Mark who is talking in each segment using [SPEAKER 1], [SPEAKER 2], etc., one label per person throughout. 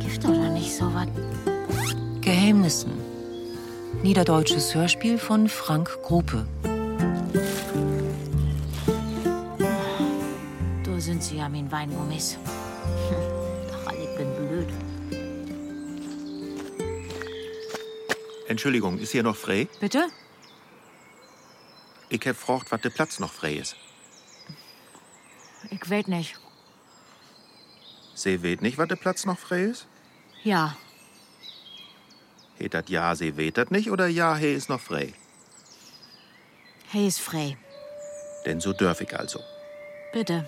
[SPEAKER 1] gibt doch noch nicht so was.
[SPEAKER 2] Geheimnissen. Niederdeutsches Hörspiel von Frank Gruppe.
[SPEAKER 1] Da sind sie ja, mein Weingummis. Hm, Doch, alle bin blöd.
[SPEAKER 3] Entschuldigung, ist hier noch frei?
[SPEAKER 2] Bitte?
[SPEAKER 3] Ich hab gefragt, was der Platz noch frei ist.
[SPEAKER 1] Ich weet nicht.
[SPEAKER 3] Sie weht nicht, was der Platz noch frei ist?
[SPEAKER 1] Ja,
[SPEAKER 3] Heet dat ja, sie weht dat nicht oder ja, he ist noch frei?
[SPEAKER 1] hey ist frei.
[SPEAKER 3] Denn so dürf ich also.
[SPEAKER 1] Bitte.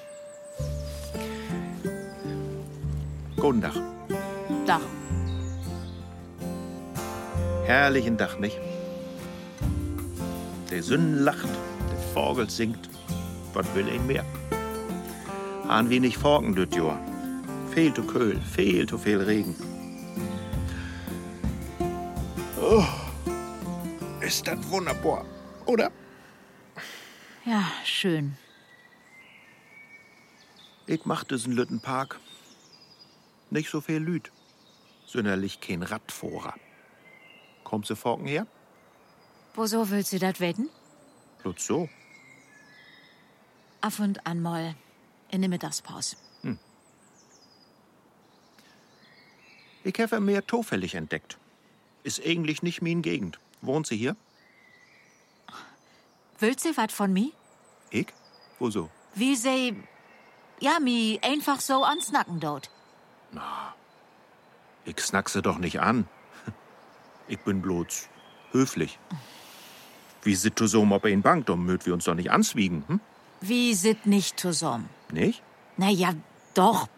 [SPEAKER 3] Guten Tag.
[SPEAKER 1] Doch.
[SPEAKER 3] Herrlichen Tag, nicht? Der Sünden lacht, der Vogel singt. Was will ein mehr? Hahn wenig Forken, düt Jor. Viel zu Köhl, viel zu viel Regen. Oh, ist das wunderbar, oder?
[SPEAKER 1] Ja, schön.
[SPEAKER 3] Ich mach diesen Lütten Park. Nicht so viel Lüt. Sünderlich kein Radfahrer. Kommt sie Forken her?
[SPEAKER 1] Wieso willst du das wetten?
[SPEAKER 3] Lutz so.
[SPEAKER 1] Af und an mal in der Mittagspause.
[SPEAKER 3] Ich habe mehr Tofällig entdeckt. Ist eigentlich nicht mein Gegend. Wohnt sie hier?
[SPEAKER 1] Willst du was von mir?
[SPEAKER 3] Ich? Wo so?
[SPEAKER 1] Wie sie, ja, mi einfach so ans Nacken dort.
[SPEAKER 3] Ich snackse doch nicht an. Ich bin bloß höflich. Wie sit du so ob in Bank, dann mögt wir uns doch nicht answiegen, hm?
[SPEAKER 1] Wie sit nicht zusammen?
[SPEAKER 3] Nicht?
[SPEAKER 1] Naja, doch.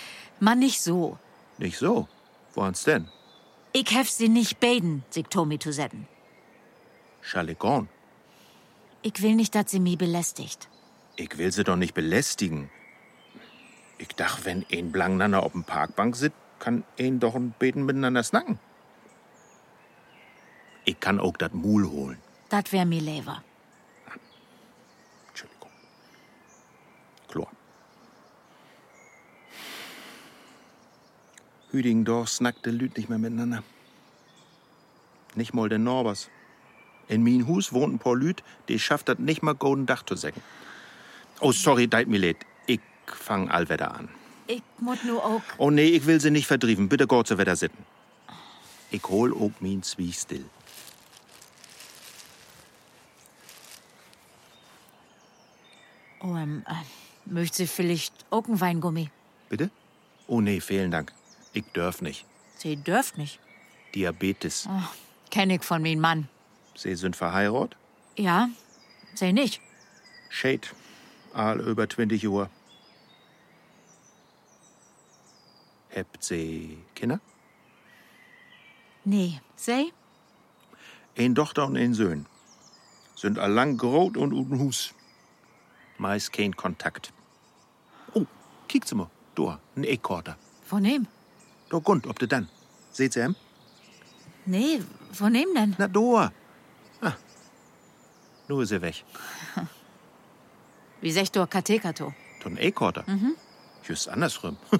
[SPEAKER 1] Mann, nicht so.
[SPEAKER 3] Nicht so. Woans denn?
[SPEAKER 1] Ich hef sie nicht beten, sich Tommy zu setten.
[SPEAKER 3] Schalegon.
[SPEAKER 1] Ich will nicht, dass sie mi belästigt.
[SPEAKER 3] Ich will sie doch nicht belästigen. Ich dach, wenn ein Blangnanner auf dem Parkbank sit, kann ein doch ein Beten miteinander snacken. Ich kann auch dat Mul holen.
[SPEAKER 1] Dat wär mi lever.
[SPEAKER 3] Entschuldigung. Chlor. Hüdingendorf snackte Lüd nicht mehr miteinander. Nicht mal den Norbers. In min Hus wohnt ein paar Lüd, die schafft das nicht mal golden Dach zu säcken. Oh, sorry, deit mir leid. Ich fang allwetter an.
[SPEAKER 1] Ich muss nur auch.
[SPEAKER 3] Oh nee, ich will sie nicht verdrieven. Bitte Gott zu Wetter sitten. Ich hol ob min Zwiestil.
[SPEAKER 1] Oh, ähm, äh, möcht sie vielleicht auch ein Weingummi?
[SPEAKER 3] Bitte? Oh nee, vielen Dank. Ich dürf nicht.
[SPEAKER 1] Sie dürft nicht.
[SPEAKER 3] Diabetes.
[SPEAKER 1] Ach, kenn ich von meinem Mann.
[SPEAKER 3] Sie sind verheiratet?
[SPEAKER 1] Ja, sie nicht.
[SPEAKER 3] Shade. All über 20 Uhr. Habt sie Kinder?
[SPEAKER 1] Nee, sie?
[SPEAKER 3] Ein Tochter und ein Sohn. Sind allang grot und uten Hus. Meist kein Kontakt. Oh, kiek sie mal. Da, ein Eckkorter.
[SPEAKER 1] Von ihm?
[SPEAKER 3] Da Gund, ob de dann. Seht sie hem?
[SPEAKER 1] Nee, von ihm denn?
[SPEAKER 3] Na, da. Ah. Nu is sie weg.
[SPEAKER 1] Wie sech du Katekato?
[SPEAKER 3] Ton Eckkorter. Just andersrum.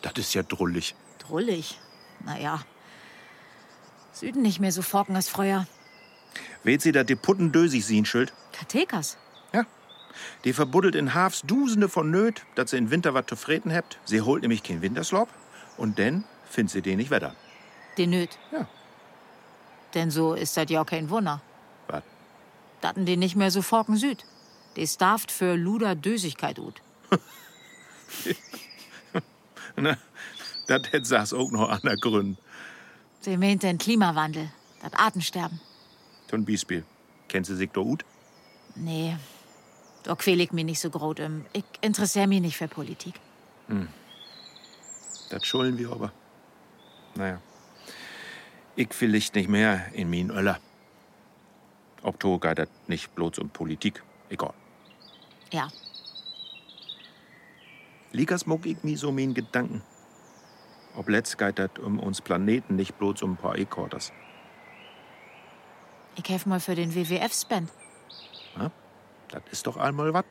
[SPEAKER 3] Das ist ja drullig.
[SPEAKER 1] Drullig. Naja. Süden nicht mehr so forken als früher.
[SPEAKER 3] Weht sie da die Putten dösig sehen, Schild?
[SPEAKER 1] Katekas?
[SPEAKER 3] Ja. Die verbuddelt in Hafs Dusende von Nöt, dass sie in Winter wat zu freten hebt. Sie holt nämlich kein Winterslop und dann findet sie den nicht wetter.
[SPEAKER 1] Den nöt.
[SPEAKER 3] Ja.
[SPEAKER 1] Denn so ist das ja auch kein Wunder.
[SPEAKER 3] Wat?
[SPEAKER 1] Datten die nicht mehr so forken Süd. Die starft für Luder Dösigkeit ut.
[SPEAKER 3] Ne? Dat hätt saß auch noch an der Grün.
[SPEAKER 1] Sie meint den Klimawandel, das Artensterben.
[SPEAKER 3] Ton Biesbiel. Kennt sie sich doch gut?
[SPEAKER 1] Nee, da quäl ich mich nicht so grot im. Ich interessier mich nicht für Politik.
[SPEAKER 3] Dat schulden wir aber. Naja. Ich vielleicht nicht mehr in min Öller. Ob Toga dat nicht bloß um Politik. Egal.
[SPEAKER 1] Ja,
[SPEAKER 3] Likas muck ich mi so min Gedanken. Ob letzt geht dat um uns Planeten nicht bloß um ein paar E-Quarters.
[SPEAKER 1] ich helf mal für den WWF-Spend.
[SPEAKER 3] Das ist doch einmal wat.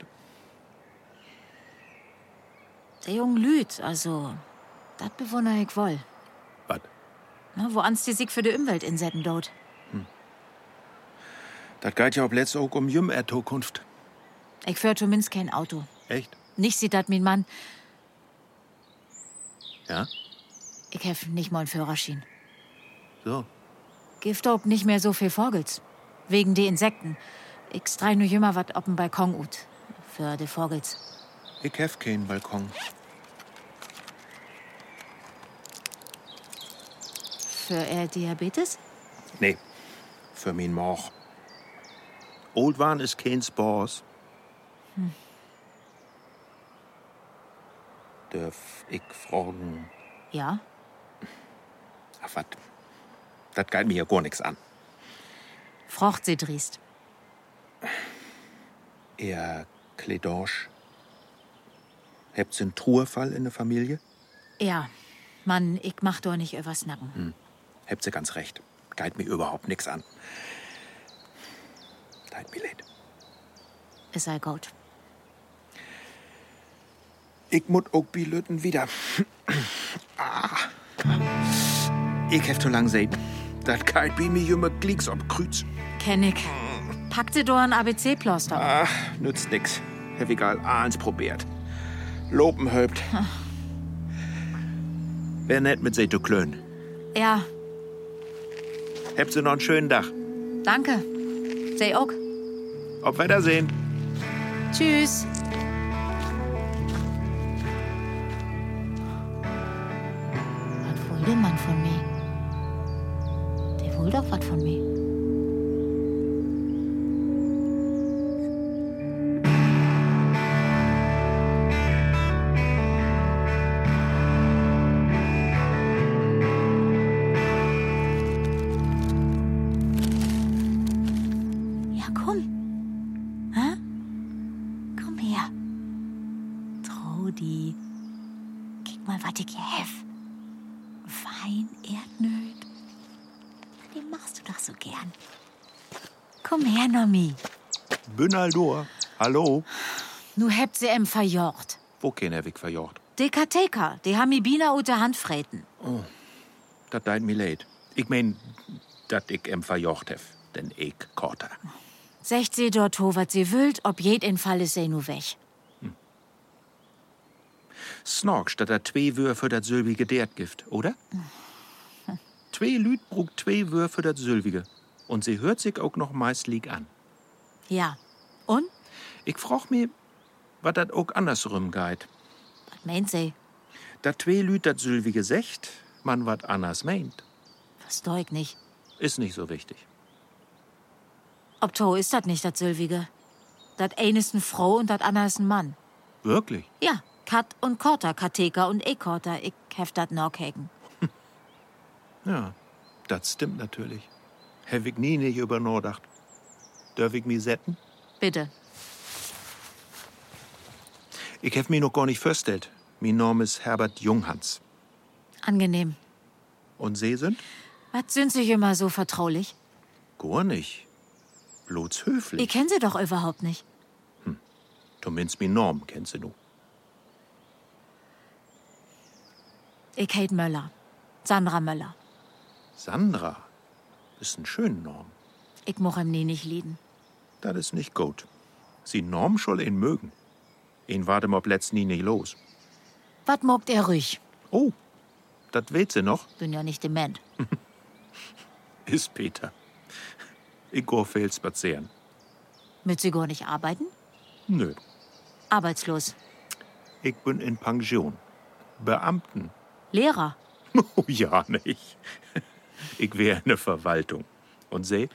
[SPEAKER 1] Der junge Lüd, also, das bewundere ich wohl.
[SPEAKER 3] Was?
[SPEAKER 1] Ne, wo ans die sich für die Umwelt insetten dort.
[SPEAKER 3] Das geht ja ob letzte auch um Jüm-Ertokunft.
[SPEAKER 1] Ich fähr zumindest kein Auto.
[SPEAKER 3] Echt?
[SPEAKER 1] Nicht sieht dat mein Mann.
[SPEAKER 3] Ja?
[SPEAKER 1] Ich hef nicht mal einen Führerschein.
[SPEAKER 3] So.
[SPEAKER 1] Gift ob nicht mehr so viel Vogels. Wegen die Insekten. Ich strei nur immer wat ob'n Balkon ut. Für die Vogels.
[SPEAKER 3] Ich hef keinen Balkon.
[SPEAKER 1] Für äh, Diabetes?
[SPEAKER 3] Nee. Für mich Moch. Old Wahn ist keins Boss. Hm. Dürf ich fragen?
[SPEAKER 1] Ja.
[SPEAKER 3] Ach, was? Das geht mir ja gar nichts an.
[SPEAKER 1] Frocht sie driest.
[SPEAKER 3] Ihr Kledosch. Hebt's einen Truhefall in der Familie?
[SPEAKER 1] Ja. Mann, ich mach doch nicht übers Nacken.
[SPEAKER 3] Habt ihr ganz recht. Geht mir überhaupt nichts an. Deit mir leid.
[SPEAKER 1] Es sei gut.
[SPEAKER 3] Ich muss auch bi Lütten wieder. ah. Ich hef zu lang sehen. Das geht bi mir jümmer Glicks ob Krüz.
[SPEAKER 1] Kenn ich. Pack sie doch ein ABC-Ploster.
[SPEAKER 3] Ach, nützt nix. Hef egal, ahns probiert. Lopen höbt. Wär nett mit se zu klönen.
[SPEAKER 1] Ja,
[SPEAKER 3] Habt ihr noch einen schönen Tag.
[SPEAKER 1] danke. Sei auch.
[SPEAKER 3] Auf Wiedersehen.
[SPEAKER 1] Tschüss. Was will der Mann von mir? Der will doch was von mir. Ja, komm. Hä? Komm her. Trudi. Kick mal, was ich hier hef. Wein, Erdnöt. Den machst du doch so gern. Komm her, Nomi.
[SPEAKER 3] Bünaldor. Hallo.
[SPEAKER 1] Nu hebt sie em verjort.
[SPEAKER 3] Wo kein Herr Wick verjocht?
[SPEAKER 1] De Kateka, de haben mi Bina ute Hand freten.
[SPEAKER 3] Dat deit mir leid. Ich mein, dat ich em verjocht hef. Denn ich korter.
[SPEAKER 1] Secht sie dort ho, wat sie wüllt, ob jed in Fall is se nu weg.
[SPEAKER 3] Snork statt der zwei Würfe für dat sülbige Dertgift, oder? Zwei Lüt brug zwei Würfe für dat sülbige. Und sie hört sich auch noch meist lieg an.
[SPEAKER 1] Ja. Und?
[SPEAKER 3] Ich frag mir, wat dat auch andersrum geht.
[SPEAKER 1] Was meint sie?
[SPEAKER 3] Dat zwei Lüt dat sülbige secht, man wat anders meint.
[SPEAKER 1] Versteu ich nicht.
[SPEAKER 3] Ist nicht so wichtig.
[SPEAKER 1] Ob to ist dat nicht, dat Sylvige. Dat ein ist ein Frau und dat Anna ist ein Mann.
[SPEAKER 3] Wirklich?
[SPEAKER 1] Ja, Kat und Korta, Kateka und E-Korta, ich hef dat Norkhägen.
[SPEAKER 3] Ja, das stimmt natürlich. Hab ich nie nicht über Nordacht. Dörf ich mich setten?
[SPEAKER 1] Bitte.
[SPEAKER 3] Ich hef mich noch gar nicht vorstellt. Mein Name ist Herbert Junghans.
[SPEAKER 1] Angenehm.
[SPEAKER 3] Und Sie sind?
[SPEAKER 1] Was sind sich immer so vertraulich?
[SPEAKER 3] Gar nicht. Bloß höflich.
[SPEAKER 1] Ich kenn sie doch überhaupt nicht.
[SPEAKER 3] Zumindest mein Norm kennst du. nu.
[SPEAKER 1] Ich heit Möller. Sandra Möller.
[SPEAKER 3] Sandra ist ein schöner Norm.
[SPEAKER 1] Ich moch ihm nie nicht lieben.
[SPEAKER 3] Das ist nicht gut. Sie Norm soll ihn mögen. Ihn warte mal letzt nie nicht los.
[SPEAKER 1] Wat mogt er ruhig?
[SPEAKER 3] Oh, das weht sie noch,
[SPEAKER 1] Bin ja nicht dement.
[SPEAKER 3] ist Peter. Ich geh viel spazieren.
[SPEAKER 1] Müt sie gar nicht arbeiten?
[SPEAKER 3] Nö,
[SPEAKER 1] Arbeitslos.
[SPEAKER 3] ich bin in Pension. Beamten.
[SPEAKER 1] Lehrer.
[SPEAKER 3] Oh ja, nicht. Ich wär in der Verwaltung. Und seh,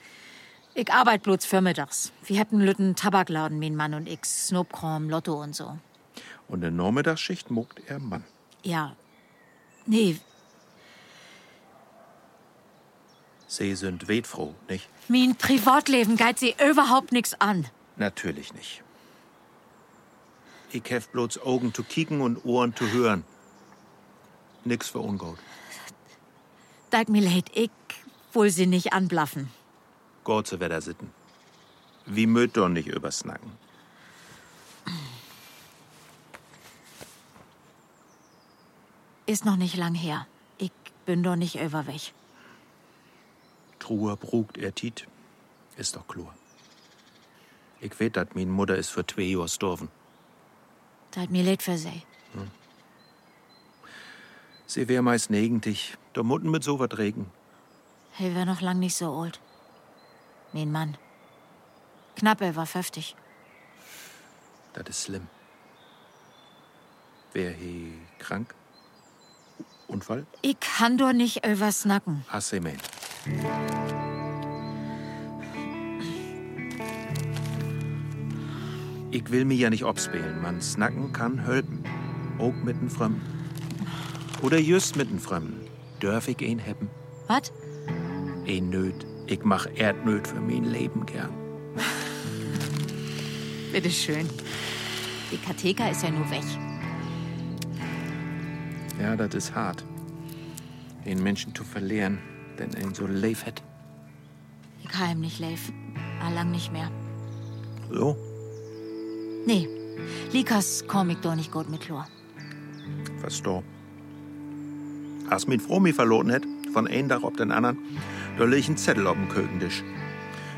[SPEAKER 1] Ich arbeit bloß vormittags. Wir hätten Lütten Tabakladen, mein Mann und ich. Snobkram, Lotto und so.
[SPEAKER 3] und in Nachmittagsschicht muckt er Mann.
[SPEAKER 1] Ja. Nee,
[SPEAKER 3] Sie sind wetfroh, nicht?
[SPEAKER 1] mein Privatleben geht sie überhaupt nix an.
[SPEAKER 3] Natürlich nicht. Ich hef bloß Augen zu kicken und Ohren zu hören. Nix für ungut.
[SPEAKER 1] Deit mir leid, ich wohl sie nicht anblaffen.
[SPEAKER 3] Gott zu Wetter sitten. Wie möt doch nicht übersnacken.
[SPEAKER 1] Ist noch nicht lang her. Ich bin doch nicht überweg.
[SPEAKER 3] Truer brugt er Tiet. Ist doch klar. Ich weet, dat min Mutter ist für zwei Jahre gestorben.
[SPEAKER 1] Dat mir leid für sie.
[SPEAKER 3] Sie wär meist negentig. Der Mutten mit so wat regen.
[SPEAKER 1] He wär noch lang nicht so alt. Mein Mann. Knapp er war 50.
[SPEAKER 3] Das ist schlimm. Wär he krank? Unfall?
[SPEAKER 1] Ich kann doch nicht übersnacken.
[SPEAKER 3] Hasse mein. Ich will mir ja nicht obspielen. Man snacken kann hölpen. Auch mit en Fremden. Oder just mit en Fremden. Dörf ich ihn heppen?
[SPEAKER 1] Was?
[SPEAKER 3] Ein nöt. Ich mach Erdnöt für mein Leben gern.
[SPEAKER 1] Bitteschön. Die Katheka ist ja nur weg.
[SPEAKER 3] Ja, das ist hart. Den Menschen zu verlieren, denn ein so leif hat.
[SPEAKER 1] Ich heim nicht, Leif. Ah, lang nicht mehr.
[SPEAKER 3] So?
[SPEAKER 1] Nee, Likas komm ich doch nicht gut mit Chlor.
[SPEAKER 3] Versteh. Hast mich froh, mich verloren hätt, von einem Tag auf den anderen, da leg ich einen Zettel auf den Kökentisch.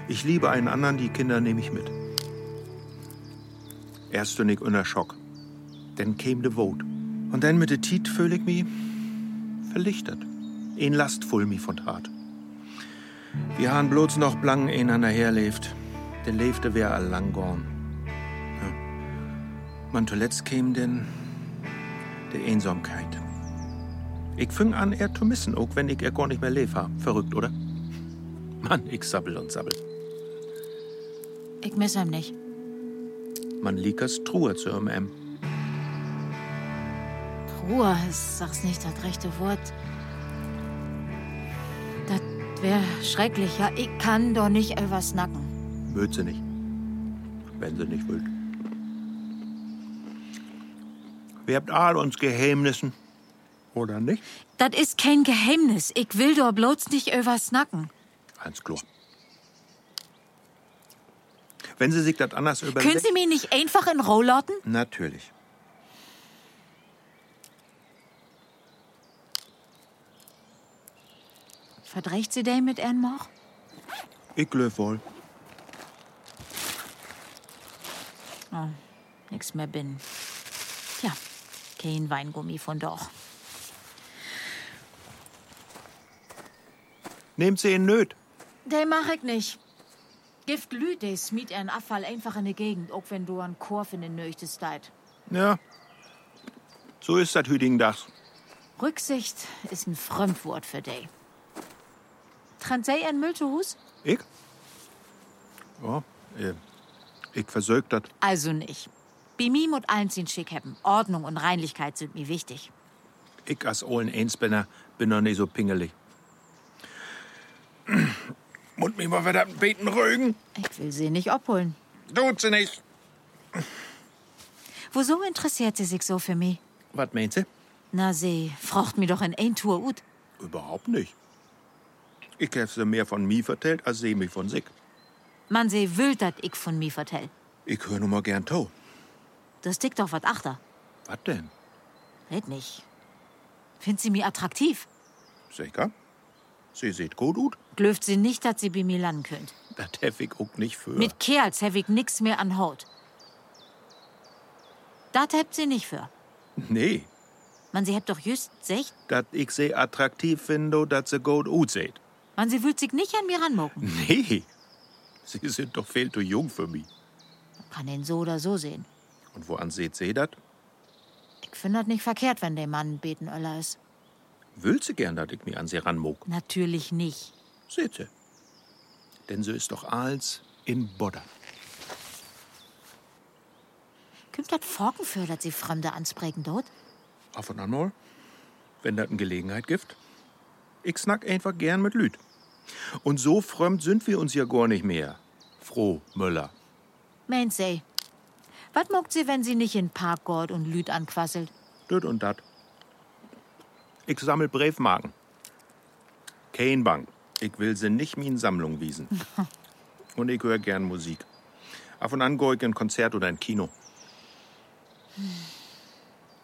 [SPEAKER 3] Ich liebe einen anderen, die Kinder nehme ich mit. Erst bin ich unter Schock. Dann käm de Wut. Und dann mit de Tiet fühl ich mich verlichtet. Ein Last voll mi von Tat. Wir han bloß noch blang ein an der herlebt. Der lebte wär all lang gorn. Ja. Man zuletzt käm denn der Einsamkeit. Ich fing an, er zu missen, auch wenn ich er gar nicht mehr leb hab. Verrückt, oder? Mann, ich sabbel und sabbel.
[SPEAKER 1] Ich miss ihm nicht.
[SPEAKER 3] Man liekers Truhe zu MM.
[SPEAKER 1] Ruhe, ich sag's nicht das rechte Wort. Das wär schrecklich, ja. Ich kann doch nicht übersnacken.
[SPEAKER 3] Mögt sie nicht. Wenn sie nicht will. Wir habt all uns Geheimnissen. Oder nicht?
[SPEAKER 1] Das ist kein Geheimnis. Ich will doch bloß nicht übersnacken.
[SPEAKER 3] Hans Klo. Wenn Sie sich das anders
[SPEAKER 1] Können
[SPEAKER 3] überlegen.
[SPEAKER 1] Sie mich nicht einfach in Rohlotten?
[SPEAKER 3] Natürlich.
[SPEAKER 1] Verdreht sie den mit Ann Moch?
[SPEAKER 3] Ich löf wohl.
[SPEAKER 1] Nix mehr bin. Tja, kein Weingummi von doch.
[SPEAKER 3] Nehmt sie in Nöt.
[SPEAKER 1] Den mach ich nicht. Gift Lüde smiet ihren Abfall einfach in die Gegend, auch wenn du an Korf in den Nöchte steit.
[SPEAKER 3] Ja. So ist das hütigen Dach.
[SPEAKER 1] Rücksicht ist ein Fremdwort für dich. Trennt sie ihren Müll zu Hus?
[SPEAKER 3] Ich? Ja, äh, ich versögt das.
[SPEAKER 1] Also nicht. Bimim und allen sind schick haben. Ordnung und Reinlichkeit sind mir wichtig.
[SPEAKER 3] Ich als ohlen Einspinner bin noch nicht so pingelig. Mund mich mal wieder beten rügen.
[SPEAKER 1] Ich will sie nicht abholen.
[SPEAKER 3] Tut sie nicht.
[SPEAKER 1] Wieso interessiert sie sich so für mich?
[SPEAKER 3] Was meinst du?
[SPEAKER 1] Na, sie frocht mir doch in ein Tour ut.
[SPEAKER 3] Überhaupt nicht. Ich hab sie mehr von mir vertellt, als sie mich von sich.
[SPEAKER 1] Man, sie will, dat ich von mir vertell.
[SPEAKER 3] Ich höre nur mal gern Tau.
[SPEAKER 1] Das tickt doch wat achter.
[SPEAKER 3] Was denn?
[SPEAKER 1] Red nicht. Find sie mir attraktiv?
[SPEAKER 3] Sicher? Sie sieht gut aus.
[SPEAKER 1] Glöft sie nicht, dass sie bei mir landen könnt.
[SPEAKER 3] Das hef ich auch nicht für.
[SPEAKER 1] Mit Kerls hab ich nix mehr an Haut. Dat hebt sie nicht für.
[SPEAKER 3] Nee,
[SPEAKER 1] Man, sie hebt doch just secht.
[SPEAKER 3] dass ich sie attraktiv finde, dass sie gut aussieht.
[SPEAKER 1] Man, sie will sich nicht an mir ranmucken.
[SPEAKER 3] Nee, sie sind doch viel zu jung für mich.
[SPEAKER 1] Kann den so oder so sehen.
[SPEAKER 3] Und woran seht sie das?
[SPEAKER 1] Ich find das nicht verkehrt, wenn der Mann Betenöller ist.
[SPEAKER 3] Will sie gern, dass ich mich an sie ranmog?
[SPEAKER 1] Natürlich nicht.
[SPEAKER 3] Seht sie. Denn sie ist doch als in Bodder.
[SPEAKER 1] Kümmt dat Forken für, dass sie Fremde ansprechen dort?
[SPEAKER 3] Auf und an mal, wenn das eine Gelegenheit gibt. Ich snack einfach gern mit Lüd. Und so fremd sind wir uns ja gar nicht mehr. Froh, Möller.
[SPEAKER 1] Meint sie. Was mogt sie, wenn sie nicht in Park geht und Lüd anquasselt?
[SPEAKER 3] Düt und dat. Ich sammel Briefmarken. Kein Bank. Ich will sie nicht in Sammlung wiesen. Und ich höre gern Musik. Auf und an geh ich in ein Konzert oder ein Kino.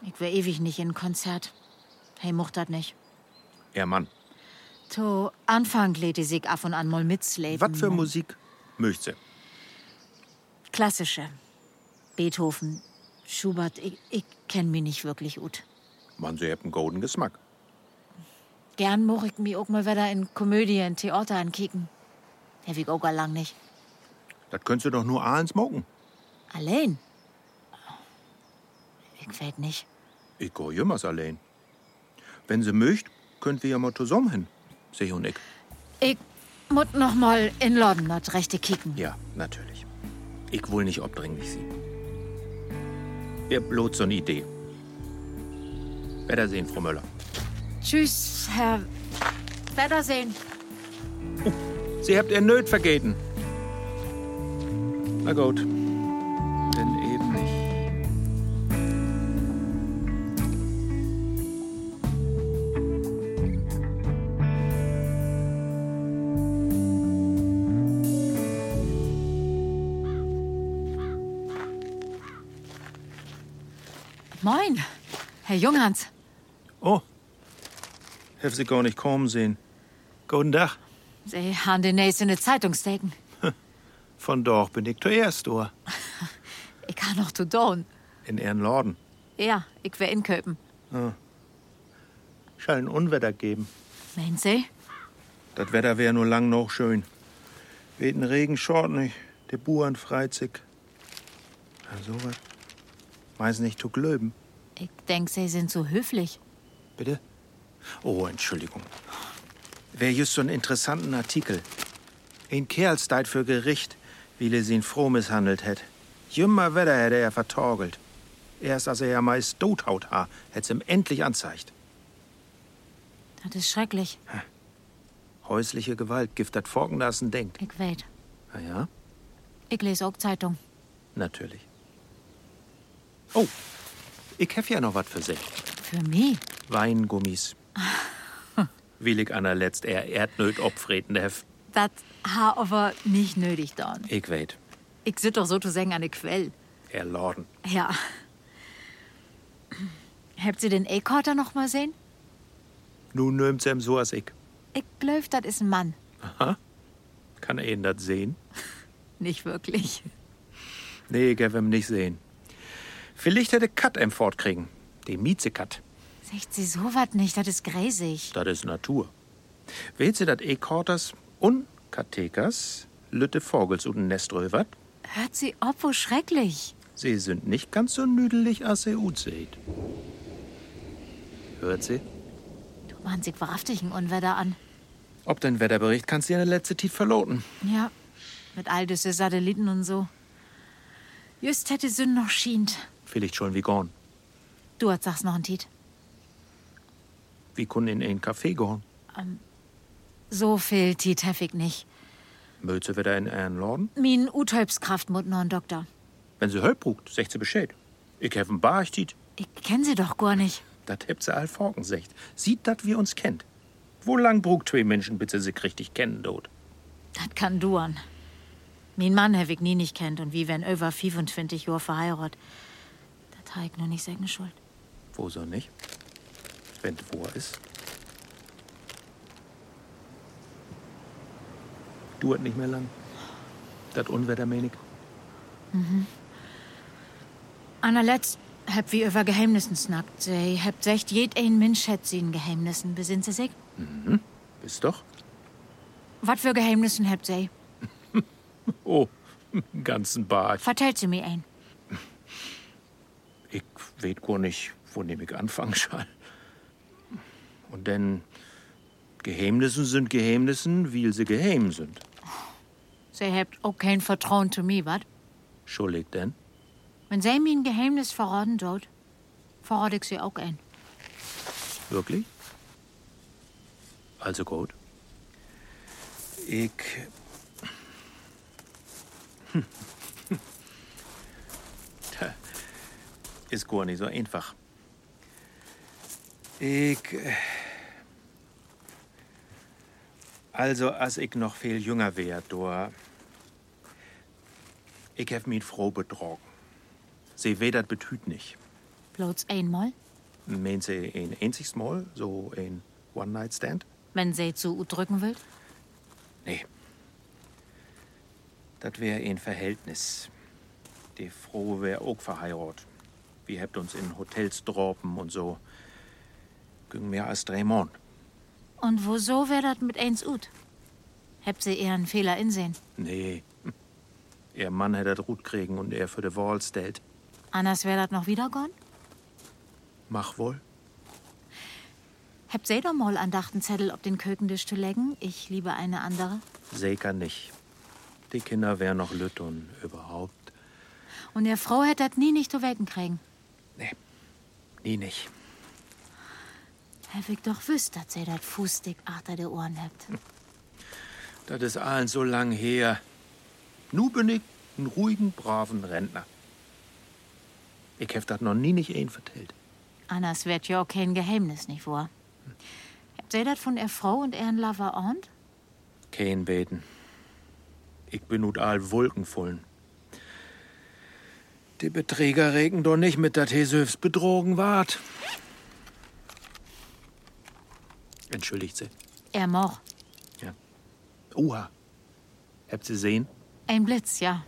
[SPEAKER 1] Ich wär ewig nicht in Konzert. Hey, mocht dat nicht.
[SPEAKER 3] Er Mann.
[SPEAKER 1] To Anfang ledi sich af und an mal mitsleben.
[SPEAKER 3] Was für Musik möcht sie?
[SPEAKER 1] Klassische. Beethoven, Schubert, ich, ich kenn mich nicht wirklich gut.
[SPEAKER 3] Man, sie hat einen golden Geschmack.
[SPEAKER 1] Gern moch ich mich auch mal wieder in Komödien, Theater ankicken. Hab ich auch lang nicht.
[SPEAKER 3] Das könntest du doch nur ahlen smoken.
[SPEAKER 1] Allein? Ich weiß nicht.
[SPEAKER 3] Ich geh jümmers allein. Wenn sie möcht, könnt wir ja mal zusammen hin. Sie und ich.
[SPEAKER 1] Ich muss noch mal in London das rechte kicken.
[SPEAKER 3] Ja, natürlich. Ich wohl nicht obdringlich sie. Ihr bloß so eine Idee. Wiedersehen, Frau Möller.
[SPEAKER 1] Tschüss, Herr. Wiedersehen.
[SPEAKER 3] Sie habt ihr Nöt vergeten. Na gut. Denn eben nicht.
[SPEAKER 1] Moin, Herr Junghans.
[SPEAKER 3] Oh. Hef sie gar nicht kommen sehen. Guten Tag.
[SPEAKER 1] Sie haben den nächsten in der Zeitung stecken.
[SPEAKER 3] Von dort bin ich zuerst, oder?
[SPEAKER 1] Ich kann noch zu Don.
[SPEAKER 3] In Ehrenlorden.
[SPEAKER 1] Ja, ich wär in Köpen.
[SPEAKER 3] Schall ein Unwetter geben.
[SPEAKER 1] Meinen Sie?
[SPEAKER 3] Das Wetter wär nur lang noch schön. Weht ein Regen schort nicht. Der Buren freizig. Ja, sowas. Meist nicht zu glöben.
[SPEAKER 1] Ich denk, Sie sind so höflich.
[SPEAKER 3] Bitte? Oh, Entschuldigung. Wär just so einen interessanten Artikel. Ein Kerl steigt für Gericht, wie er ihn froh misshandelt hätt. Jümmer Wetter hätte er vertorgelt. Erst als er ja meist tothaut ha, hätt's ihm endlich anzeigt.
[SPEAKER 1] Das ist schrecklich.
[SPEAKER 3] Häusliche Gewalt, Gift dat Forkenlassen denkt.
[SPEAKER 1] Ich weiß.
[SPEAKER 3] Na ja,
[SPEAKER 1] Ich lese auch Zeitung.
[SPEAKER 3] natürlich. Oh, ich hef ja noch was für sich.
[SPEAKER 1] Für mich?
[SPEAKER 3] Weingummis. Willig Anna letzt er Erdnöt opfreten hef.
[SPEAKER 1] Das ha aber nicht nötig, Don.
[SPEAKER 3] Ich weet,
[SPEAKER 1] Ich sit doch sozusagen an der Quelle.
[SPEAKER 3] er Lorden.
[SPEAKER 1] Ja. Habt ihr den Ekorter noch mal sehen?
[SPEAKER 3] Nun nimmt em so as ich.
[SPEAKER 1] Ich glaub, das ist ein Mann.
[SPEAKER 3] Kann er ihn dat sehen?
[SPEAKER 1] Nicht wirklich.
[SPEAKER 3] Nee, ich hef em nicht sehen. Vielleicht hätte Kat em fortkriegen. Die Mieze-Kat.
[SPEAKER 1] Sagt sie sowas nicht, das ist gräsig.
[SPEAKER 3] Das ist Natur. Weht sie dat Ekorters und Katekers, Lütte Vogels und Neströwert,
[SPEAKER 1] Hört sie ob, wo schrecklich.
[SPEAKER 3] Sie sind nicht ganz so nüdelig, als sie ut seht. Hört sie?
[SPEAKER 1] Du machst sich wahrhaftig ein Unwetter an.
[SPEAKER 3] Ob dein Wetterbericht kannst du in der letzten Zeit verloten.
[SPEAKER 1] Ja, mit all diese Satelliten und so. Just hätte Sünn noch schient.
[SPEAKER 3] Vielleicht schon wie gorn.
[SPEAKER 1] Du hast sagst noch ein Tiet.
[SPEAKER 3] Wie kun in ein Café gorn?
[SPEAKER 1] So viel Tiet hef ich nicht.
[SPEAKER 3] Möze wieder in einen Laden?
[SPEAKER 1] Min Uthölpskraft mut noch ein Doktor.
[SPEAKER 3] Wenn sie Höll brugt, secht sie Bescheid. Ich hef ein Barchtit,
[SPEAKER 1] Ich kenn sie doch gar nicht.
[SPEAKER 3] dat hebt sie all Forken secht. Sieht dat, wie uns kennt. Wo lang brugt zwei Menschen, bis sie sich richtig kennen dort?
[SPEAKER 1] Das kann du an. Min Mann hef ich nie nicht kennt und wie wenn über 25 Jahre verheiratet. Das ha ich nur nicht seine Schuld.
[SPEAKER 3] Wo so nicht? Wenn wo ist. Duert nicht mehr lang. Dat Unwetter menig.
[SPEAKER 1] Anna letzt hab wie über Geheimnissen snackt. Sie hab secht jed ein Mensch hätt sie in Geheimnissen. Besinnt sie sich?
[SPEAKER 3] Bist doch?
[SPEAKER 1] Wat für Geheimnissen habt sie?
[SPEAKER 3] Oh, einen ganzen Barch.
[SPEAKER 1] Vertellt sie mir ein.
[SPEAKER 3] Ich weet gar nicht, wo nehm ich anfangen soll. Und denn Geheimnissen sind Geheimnissen, weil sie geheim sind.
[SPEAKER 1] Sie habt auch kein Vertrauen zu mir, wat?
[SPEAKER 3] Schuldig denn?
[SPEAKER 1] Wenn sie mir ein Geheimnis verraten tut, verrate ich sie auch ein.
[SPEAKER 3] Wirklich? Also gut. Ich. hm. Tja, Ist gar nicht so einfach. Ich. äh, Also, als ich noch viel jünger wär, da. Ich hab mich froh betrogen. Sie wedert betüt nicht.
[SPEAKER 1] Bloß einmal?
[SPEAKER 3] Meint sie ein einziges Mal? So ein One-Night-Stand?
[SPEAKER 1] Wenn seht so gut drücken will.
[SPEAKER 3] Nee. Das wäre ein Verhältnis. Die Frohe wäre auch verheiratet. Wir hätten uns in Hotels droppen und so. Ging mehr als drei Monate.
[SPEAKER 1] Und wieso wär das mit eins ut? Hebt sie eher einen Fehler insehen.
[SPEAKER 3] Nee. Hm. Ihr Mann hätte das Rut kriegen und er für die Wall stellt.
[SPEAKER 1] Anders wär das noch wieder gone.
[SPEAKER 3] Mach wohl.
[SPEAKER 1] Hebt sie doch mal an dachten Zettel ob den Kökendisch zu legen. Ich liebe eine andere.
[SPEAKER 3] Säker nicht. Die Kinder wären noch lütt und überhaupt.
[SPEAKER 1] Und ihr Frau hätt das nie nicht zu wecken kriegen.
[SPEAKER 3] Nee. Nie nicht.
[SPEAKER 1] Hab ich doch wüsst, dass sie das Fußdick achter der Ohren hebt.
[SPEAKER 3] Das ist allen so lang her. Nu bin ich einen ruhigen, braven Rentner. Ich hef das noch nie nicht ein vertellt.
[SPEAKER 1] Anders wird ja auch kein Geheimnis, nicht wahr? Habt ihr das von er Frau und ihren Lover ahnt?
[SPEAKER 3] Kein Beten. Ich bin nut all Wolkenvollen. Die Beträger regen doch nicht mit, dass Hesöfs betrogen ward. Entschuldigt sie.
[SPEAKER 1] Er moch.
[SPEAKER 3] Oha. Habt sie sehen?
[SPEAKER 1] Ein Blitz, ja.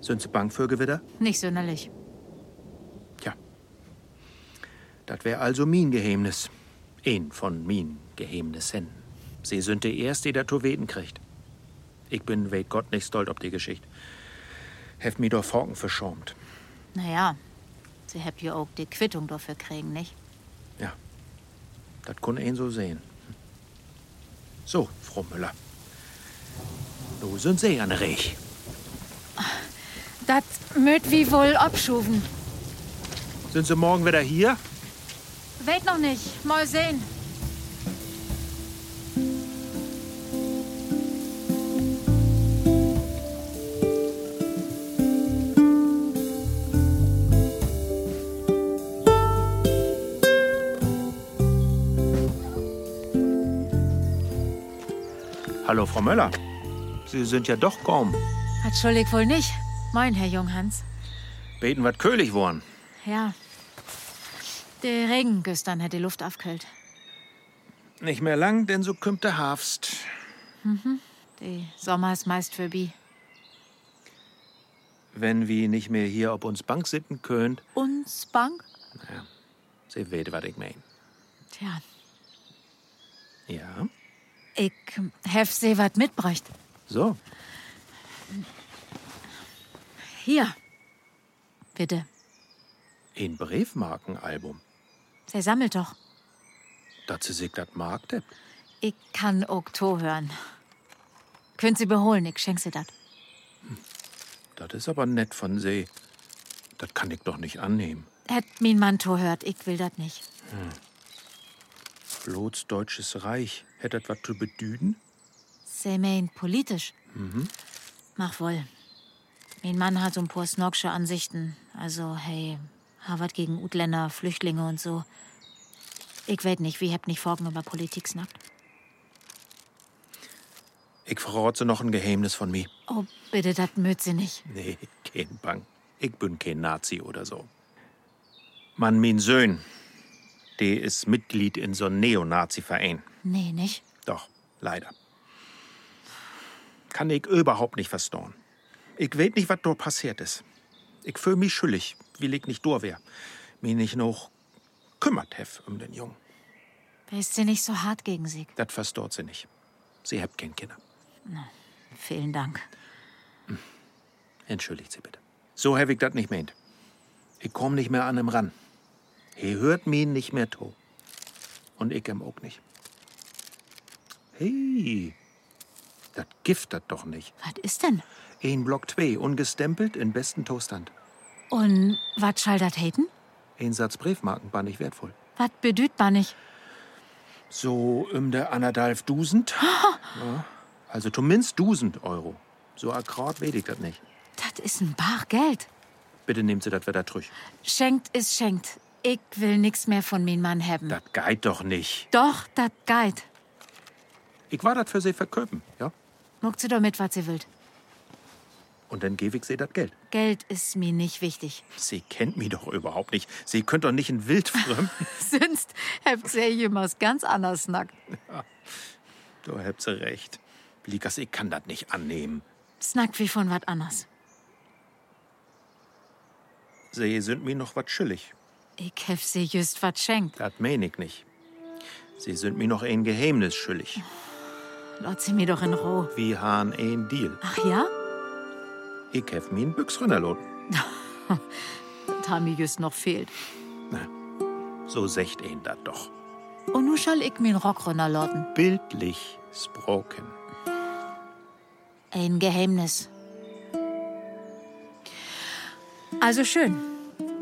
[SPEAKER 3] Sind sie bang für Gewitter?
[SPEAKER 1] Nicht sonderlich.
[SPEAKER 3] Tja. Das wär also mein Geheimnis. Ein von min Geheimnissen. Sie sind die Erste, die der Toweten kriegt. Ich bin, weet Gott, nicht stolz ob die Geschichte. Hef mir doch Forken verschäumt.
[SPEAKER 1] Naja, sie habt ja auch die Quittung dafür kriegen, nicht?
[SPEAKER 3] Ja. Das kun ein so sehen. So, Frau Müller. Nu sind Sie an der Reich.
[SPEAKER 1] Das mögt wie wohl abschufen.
[SPEAKER 3] Sind Sie morgen wieder hier?
[SPEAKER 1] Weht noch nicht. Mal sehen.
[SPEAKER 3] Hallo, Frau Möller. Sie sind ja doch kaum.
[SPEAKER 1] Hat schuldig wohl nicht. Moin, Herr Junghans.
[SPEAKER 3] Beten wat Kölig worden.
[SPEAKER 1] Ja. Der Regen gestern hat die Luft aufkühlt.
[SPEAKER 3] Nicht mehr lang, denn so kümmt der Herbst.
[SPEAKER 1] Die Sommer ist meist für Bi.
[SPEAKER 3] Wenn wir nicht mehr hier ob uns Bank sitten könnt,
[SPEAKER 1] Uns Bank?
[SPEAKER 3] sie weht, wat ich mein.
[SPEAKER 1] Tja,
[SPEAKER 3] Ja?
[SPEAKER 1] ich hef se wat mitbräucht.
[SPEAKER 3] So.
[SPEAKER 1] Hier. Bitte.
[SPEAKER 3] Ein Briefmarkenalbum.
[SPEAKER 1] Sie sammelt doch.
[SPEAKER 3] Dat sie sich dat mag, dat.
[SPEAKER 1] Ich kann Okto hören. Könnt sie beholen, ich schenk sie dat.
[SPEAKER 3] Dat ist aber nett von sie. Dat kann ich doch nicht annehmen.
[SPEAKER 1] Hätt min Mann to hört, ich will dat nicht.
[SPEAKER 3] Bloß deutsches Reich. Hätt dat wat zu bedüden?
[SPEAKER 1] Sie mein politisch. Mach wohl. Mein Mann hat so ein paar snogsche Ansichten. Also, hey, Harvard gegen Utländer, Flüchtlinge und so. Ich weet nicht, wie habt nicht Forken über Politik snackt.
[SPEAKER 3] Ich verrate sie noch ein Geheimnis von mir.
[SPEAKER 1] Oh, bitte, dat mögt sie nicht.
[SPEAKER 3] Nee, kein Bang. Ich bin kein Nazi oder so. Mann, mein Söhn, der ist Mitglied in so einem Neonazi-Verein.
[SPEAKER 1] Nee, nicht?
[SPEAKER 3] Doch, leider. Kann ich überhaupt nicht verstauen. Ich weet nicht, was dort passiert ist. Ich fühl mich schuldig, wie ich nicht durch wär. Mich nicht noch kümmert hef um den Jungen.
[SPEAKER 1] Bist sie nicht so hart gegen sie?
[SPEAKER 3] Das verstaut sie nicht. Sie habt kein Kinder.
[SPEAKER 1] Vielen Dank.
[SPEAKER 3] Entschuldigt Sie bitte. So hab ich das nicht meint. Ich komm nicht mehr an ihm ran. He hört mir nicht mehr to. Und ich ihm auch nicht. Hey, das Gift dat doch nicht.
[SPEAKER 1] Was ist denn?
[SPEAKER 3] Ein Block 2, ungestempelt, in besten Toaststand.
[SPEAKER 1] Und wat schall dat heten?
[SPEAKER 3] Ein Satz Briefmarken war nicht wertvoll.
[SPEAKER 1] Wat bedüht man nicht?
[SPEAKER 3] So um der anderthalb Dusend. Ja, also zumindest Dusend Euro. So akkurat weet ich das nicht.
[SPEAKER 1] Dat ist ein Bar Geld.
[SPEAKER 3] Bitte nehmt Sie das wieder durch.
[SPEAKER 1] Schenkt ist schenkt. Ich will nix mehr von min Mann haben.
[SPEAKER 3] Das geht doch nicht.
[SPEAKER 1] Doch, dat geit.
[SPEAKER 3] Ich war das für Sie verköpen, ja?
[SPEAKER 1] Muckt sie doch mit, was sie will.
[SPEAKER 3] Und dann gebe ich sie das Geld.
[SPEAKER 1] Geld ist mir nicht wichtig.
[SPEAKER 3] Sie kennt mich doch überhaupt nicht. Sie könnt doch nicht ein Wildfremden.
[SPEAKER 1] Sonst habt ihr jemals ganz anders nackt.
[SPEAKER 3] du habt sie recht. Likas, ich kann das nicht annehmen.
[SPEAKER 1] Snackt wie von was anders.
[SPEAKER 3] Sie sind mir noch was schuldig.
[SPEAKER 1] Ich hef sie just was schenkt.
[SPEAKER 3] Das mein ich nicht. Sie sind mir noch ein Geheimnis schuldig.
[SPEAKER 1] Lot sie mir doch in Ruhe.
[SPEAKER 3] Wir haben ein Deal.
[SPEAKER 1] Ach ja?
[SPEAKER 3] Ich hef mir einen Büchsrünnerlohn.
[SPEAKER 1] Das haben mir just noch fehlt.
[SPEAKER 3] Na, so secht ihn dat doch.
[SPEAKER 1] Und nu schall ich mir Rock runterloten.
[SPEAKER 3] Bildlich sproken.
[SPEAKER 1] Ein Geheimnis. Also schön.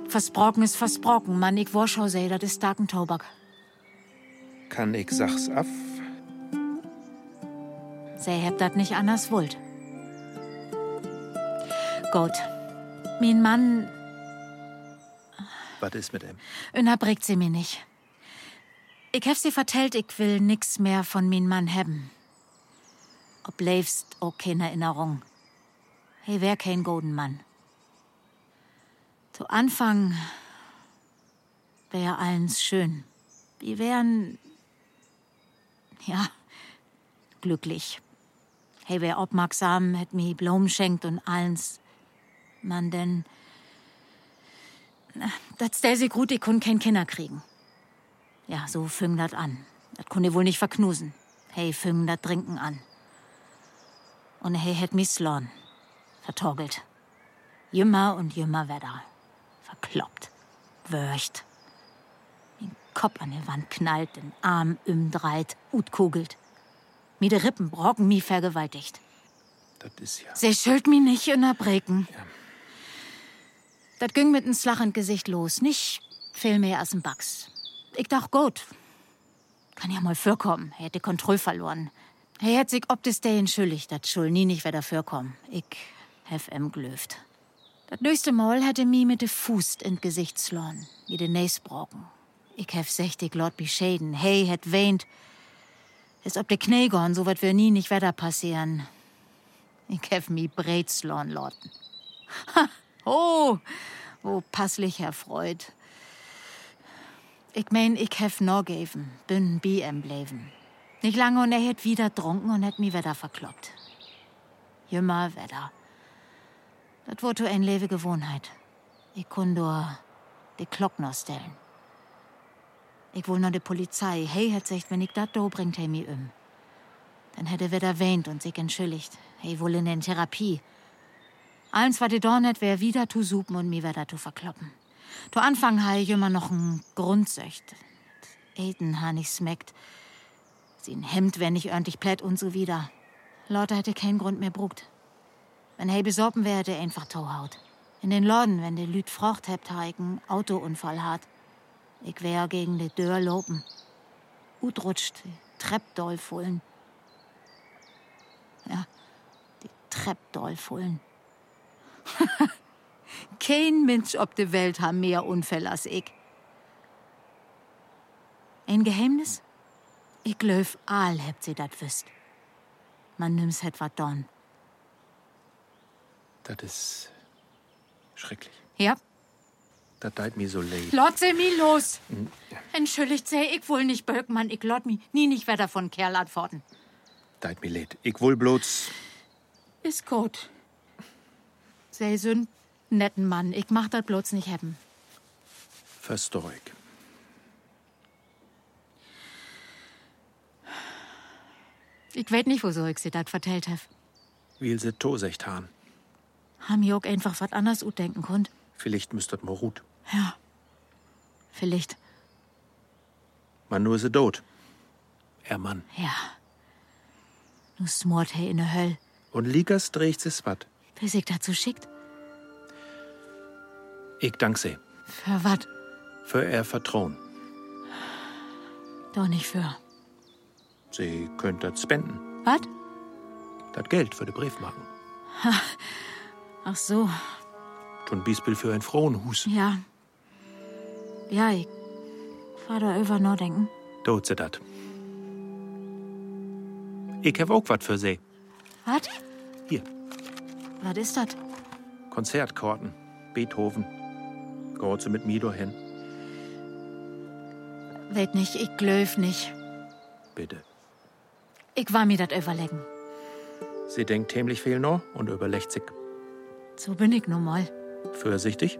[SPEAKER 1] Versprochen ist versprochen, Mann. Ich warschau sei, das ist starken Tobak.
[SPEAKER 3] Kann ich sach's af?
[SPEAKER 1] Sei hab dat nicht anders wollt. Gut. Mein Mann,
[SPEAKER 3] Was ist mit ihm?
[SPEAKER 1] unterbrigt sie mir nicht. Ich hab sie vertellt, ich will nix mehr von mein Mann haben. Ob lebst, oh keine Erinnerung. He wär kein guten Mann. Zu Anfang wär allens schön. Wir wären, ja, glücklich. He wär obmagsam, hätt mi Blumen schenkt und allens. Man denn, das stell sich gut, ich kun kein Kinder kriegen. Ja, so fing dat an. Dat kun ich wohl nicht verknusen. Hey, fing dat Trinken an. Und hey, hätt mich slorn. Vertorgelt. Jümmer und jümmer Wetter. Verkloppt. Wörcht. Den Kopf an die Wand knallt, den Arm umdreht, Ut kugelt. Mir de Rippen brocken, mi vergewaltigt.
[SPEAKER 3] Das ist ja.
[SPEAKER 1] Sie schuld mi nicht in der Breken. Das ging mit ins lachend Gesicht los. Nicht viel mehr als ein Bugs. Ich dacht, gut. Kann ja mal vorkommen. Er hätte Kontrolle verloren. Er hätte sich ob des Day entschuldigt, dat schuld nie nicht wieder vorkommen. Ich hef em glöft. Das nächste Mal hätte mi mit de Fuß in Gesicht slorn, wie de Näs brocken. Ich hef sechtig Lord beschäden. Hey, hätt weint. Als ob de Knie gorn, so wat wir nie nicht wieder passieren. Ich hef mi breit slorn lorten. Oh, oh, passlich, Herr Freud. Ich mein, ich hef no geven, bin bi em Bleven. Nicht lange und er hätt wieder trunken und hätt mi wieder verkloppt. Jümmer Wetter. Dat wurd ein lewe Gewohnheit. Ich kun nur de Glock no stellen. Ich wohl no de Polizei. Hey, hätt secht, wenn ich dat do bringt, he mi um. Dann hätte wieder weint und sich entschuldigt. Hey, wohl in den Therapie. Eins war die Dornet, wer wieder tu supen und mir wer da tu verkloppen. Tu Anfang ha ich immer noch n Grundsöcht. Eten ha nicht smeckt. Sie n Hemd, wenn ich ordentlich plätt und so wieder. Leute hätte keinen Grund mehr brugt. Wenn hei besorben wär, hätte einfach Tauhaut. In den Laden, wenn de Lüd Frocht hebt, ha ich n Autounfall hat. Ich wär gegen de Dörr lopen. Ut rutscht, Trepp doll fullen. Ja, die Trepp doll fullen. Kein Mensch ob der Welt hat mehr Unfälle als ich. Ein Geheimnis? Ich löf all hebt sie dat wüsst. Man nimm's het wat don.
[SPEAKER 3] Das ist schrecklich.
[SPEAKER 1] Ja,
[SPEAKER 3] Das teilt mir so leid.
[SPEAKER 1] lot sie mi los. Entschuldigt sei ich wohl nicht, Bölkmann. Ich lot mi nie nicht wer davon Kerl antworten.
[SPEAKER 3] Teilt mir leid. Ich will bloß.
[SPEAKER 1] Ist gut. Sei sünd netten Mann. Ich mach dat bloß nicht heppen.
[SPEAKER 3] Verstoik.
[SPEAKER 1] Ich weet nicht, wieso ich sie dat vertellt hef.
[SPEAKER 3] Wie se Tosecht hahn.
[SPEAKER 1] Ham ich auch einfach wat anders utdenken konnt.
[SPEAKER 3] Vielleicht müsstet mo ruht.
[SPEAKER 1] Vielleicht.
[SPEAKER 3] Man nur se tot. Er Mann.
[SPEAKER 1] Ja. Nu smort he in der Höll.
[SPEAKER 3] Und Likas dreht se wat.
[SPEAKER 1] Bis ich dazu schickt?
[SPEAKER 3] Ich dank se.
[SPEAKER 1] Für wat?
[SPEAKER 3] Für er Vertrauen.
[SPEAKER 1] Doch nicht für.
[SPEAKER 3] Sie könnt dat spenden.
[SPEAKER 1] Wat?
[SPEAKER 3] Dat Geld für de Briefmarken.
[SPEAKER 1] Ach so,
[SPEAKER 3] Schon Bispel für ein Frauenhus.
[SPEAKER 1] ja. Ja, ich war da über nachdenken.
[SPEAKER 3] Tut se dat. Ich hab auch wat für se.
[SPEAKER 1] Wat?
[SPEAKER 3] Hier.
[SPEAKER 1] Was ist das?
[SPEAKER 3] Konzertkorten. Beethoven. Gehört sie mit Mido hin.
[SPEAKER 1] Weet nicht, ich glöf nicht.
[SPEAKER 3] Bitte.
[SPEAKER 1] Ich war mir das überlegen.
[SPEAKER 3] Sie denkt tämlich viel noch und überlegt sich
[SPEAKER 1] So bin ich nun mal.
[SPEAKER 3] vorsichtig.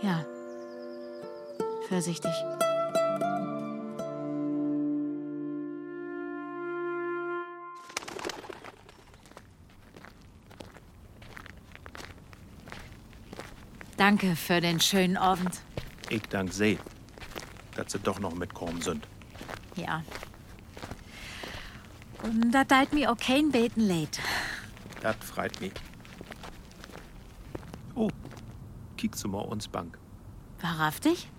[SPEAKER 1] Ja. Vorsichtig. Danke für den schönen Abend.
[SPEAKER 3] Ich dank sie, dass sie doch noch mitkommen sind.
[SPEAKER 1] Ja. Und da deit mir auch kein Beten lädt.
[SPEAKER 3] Das freut mich. Oh, kickst du mal uns Bank.
[SPEAKER 1] Wahrhaftig?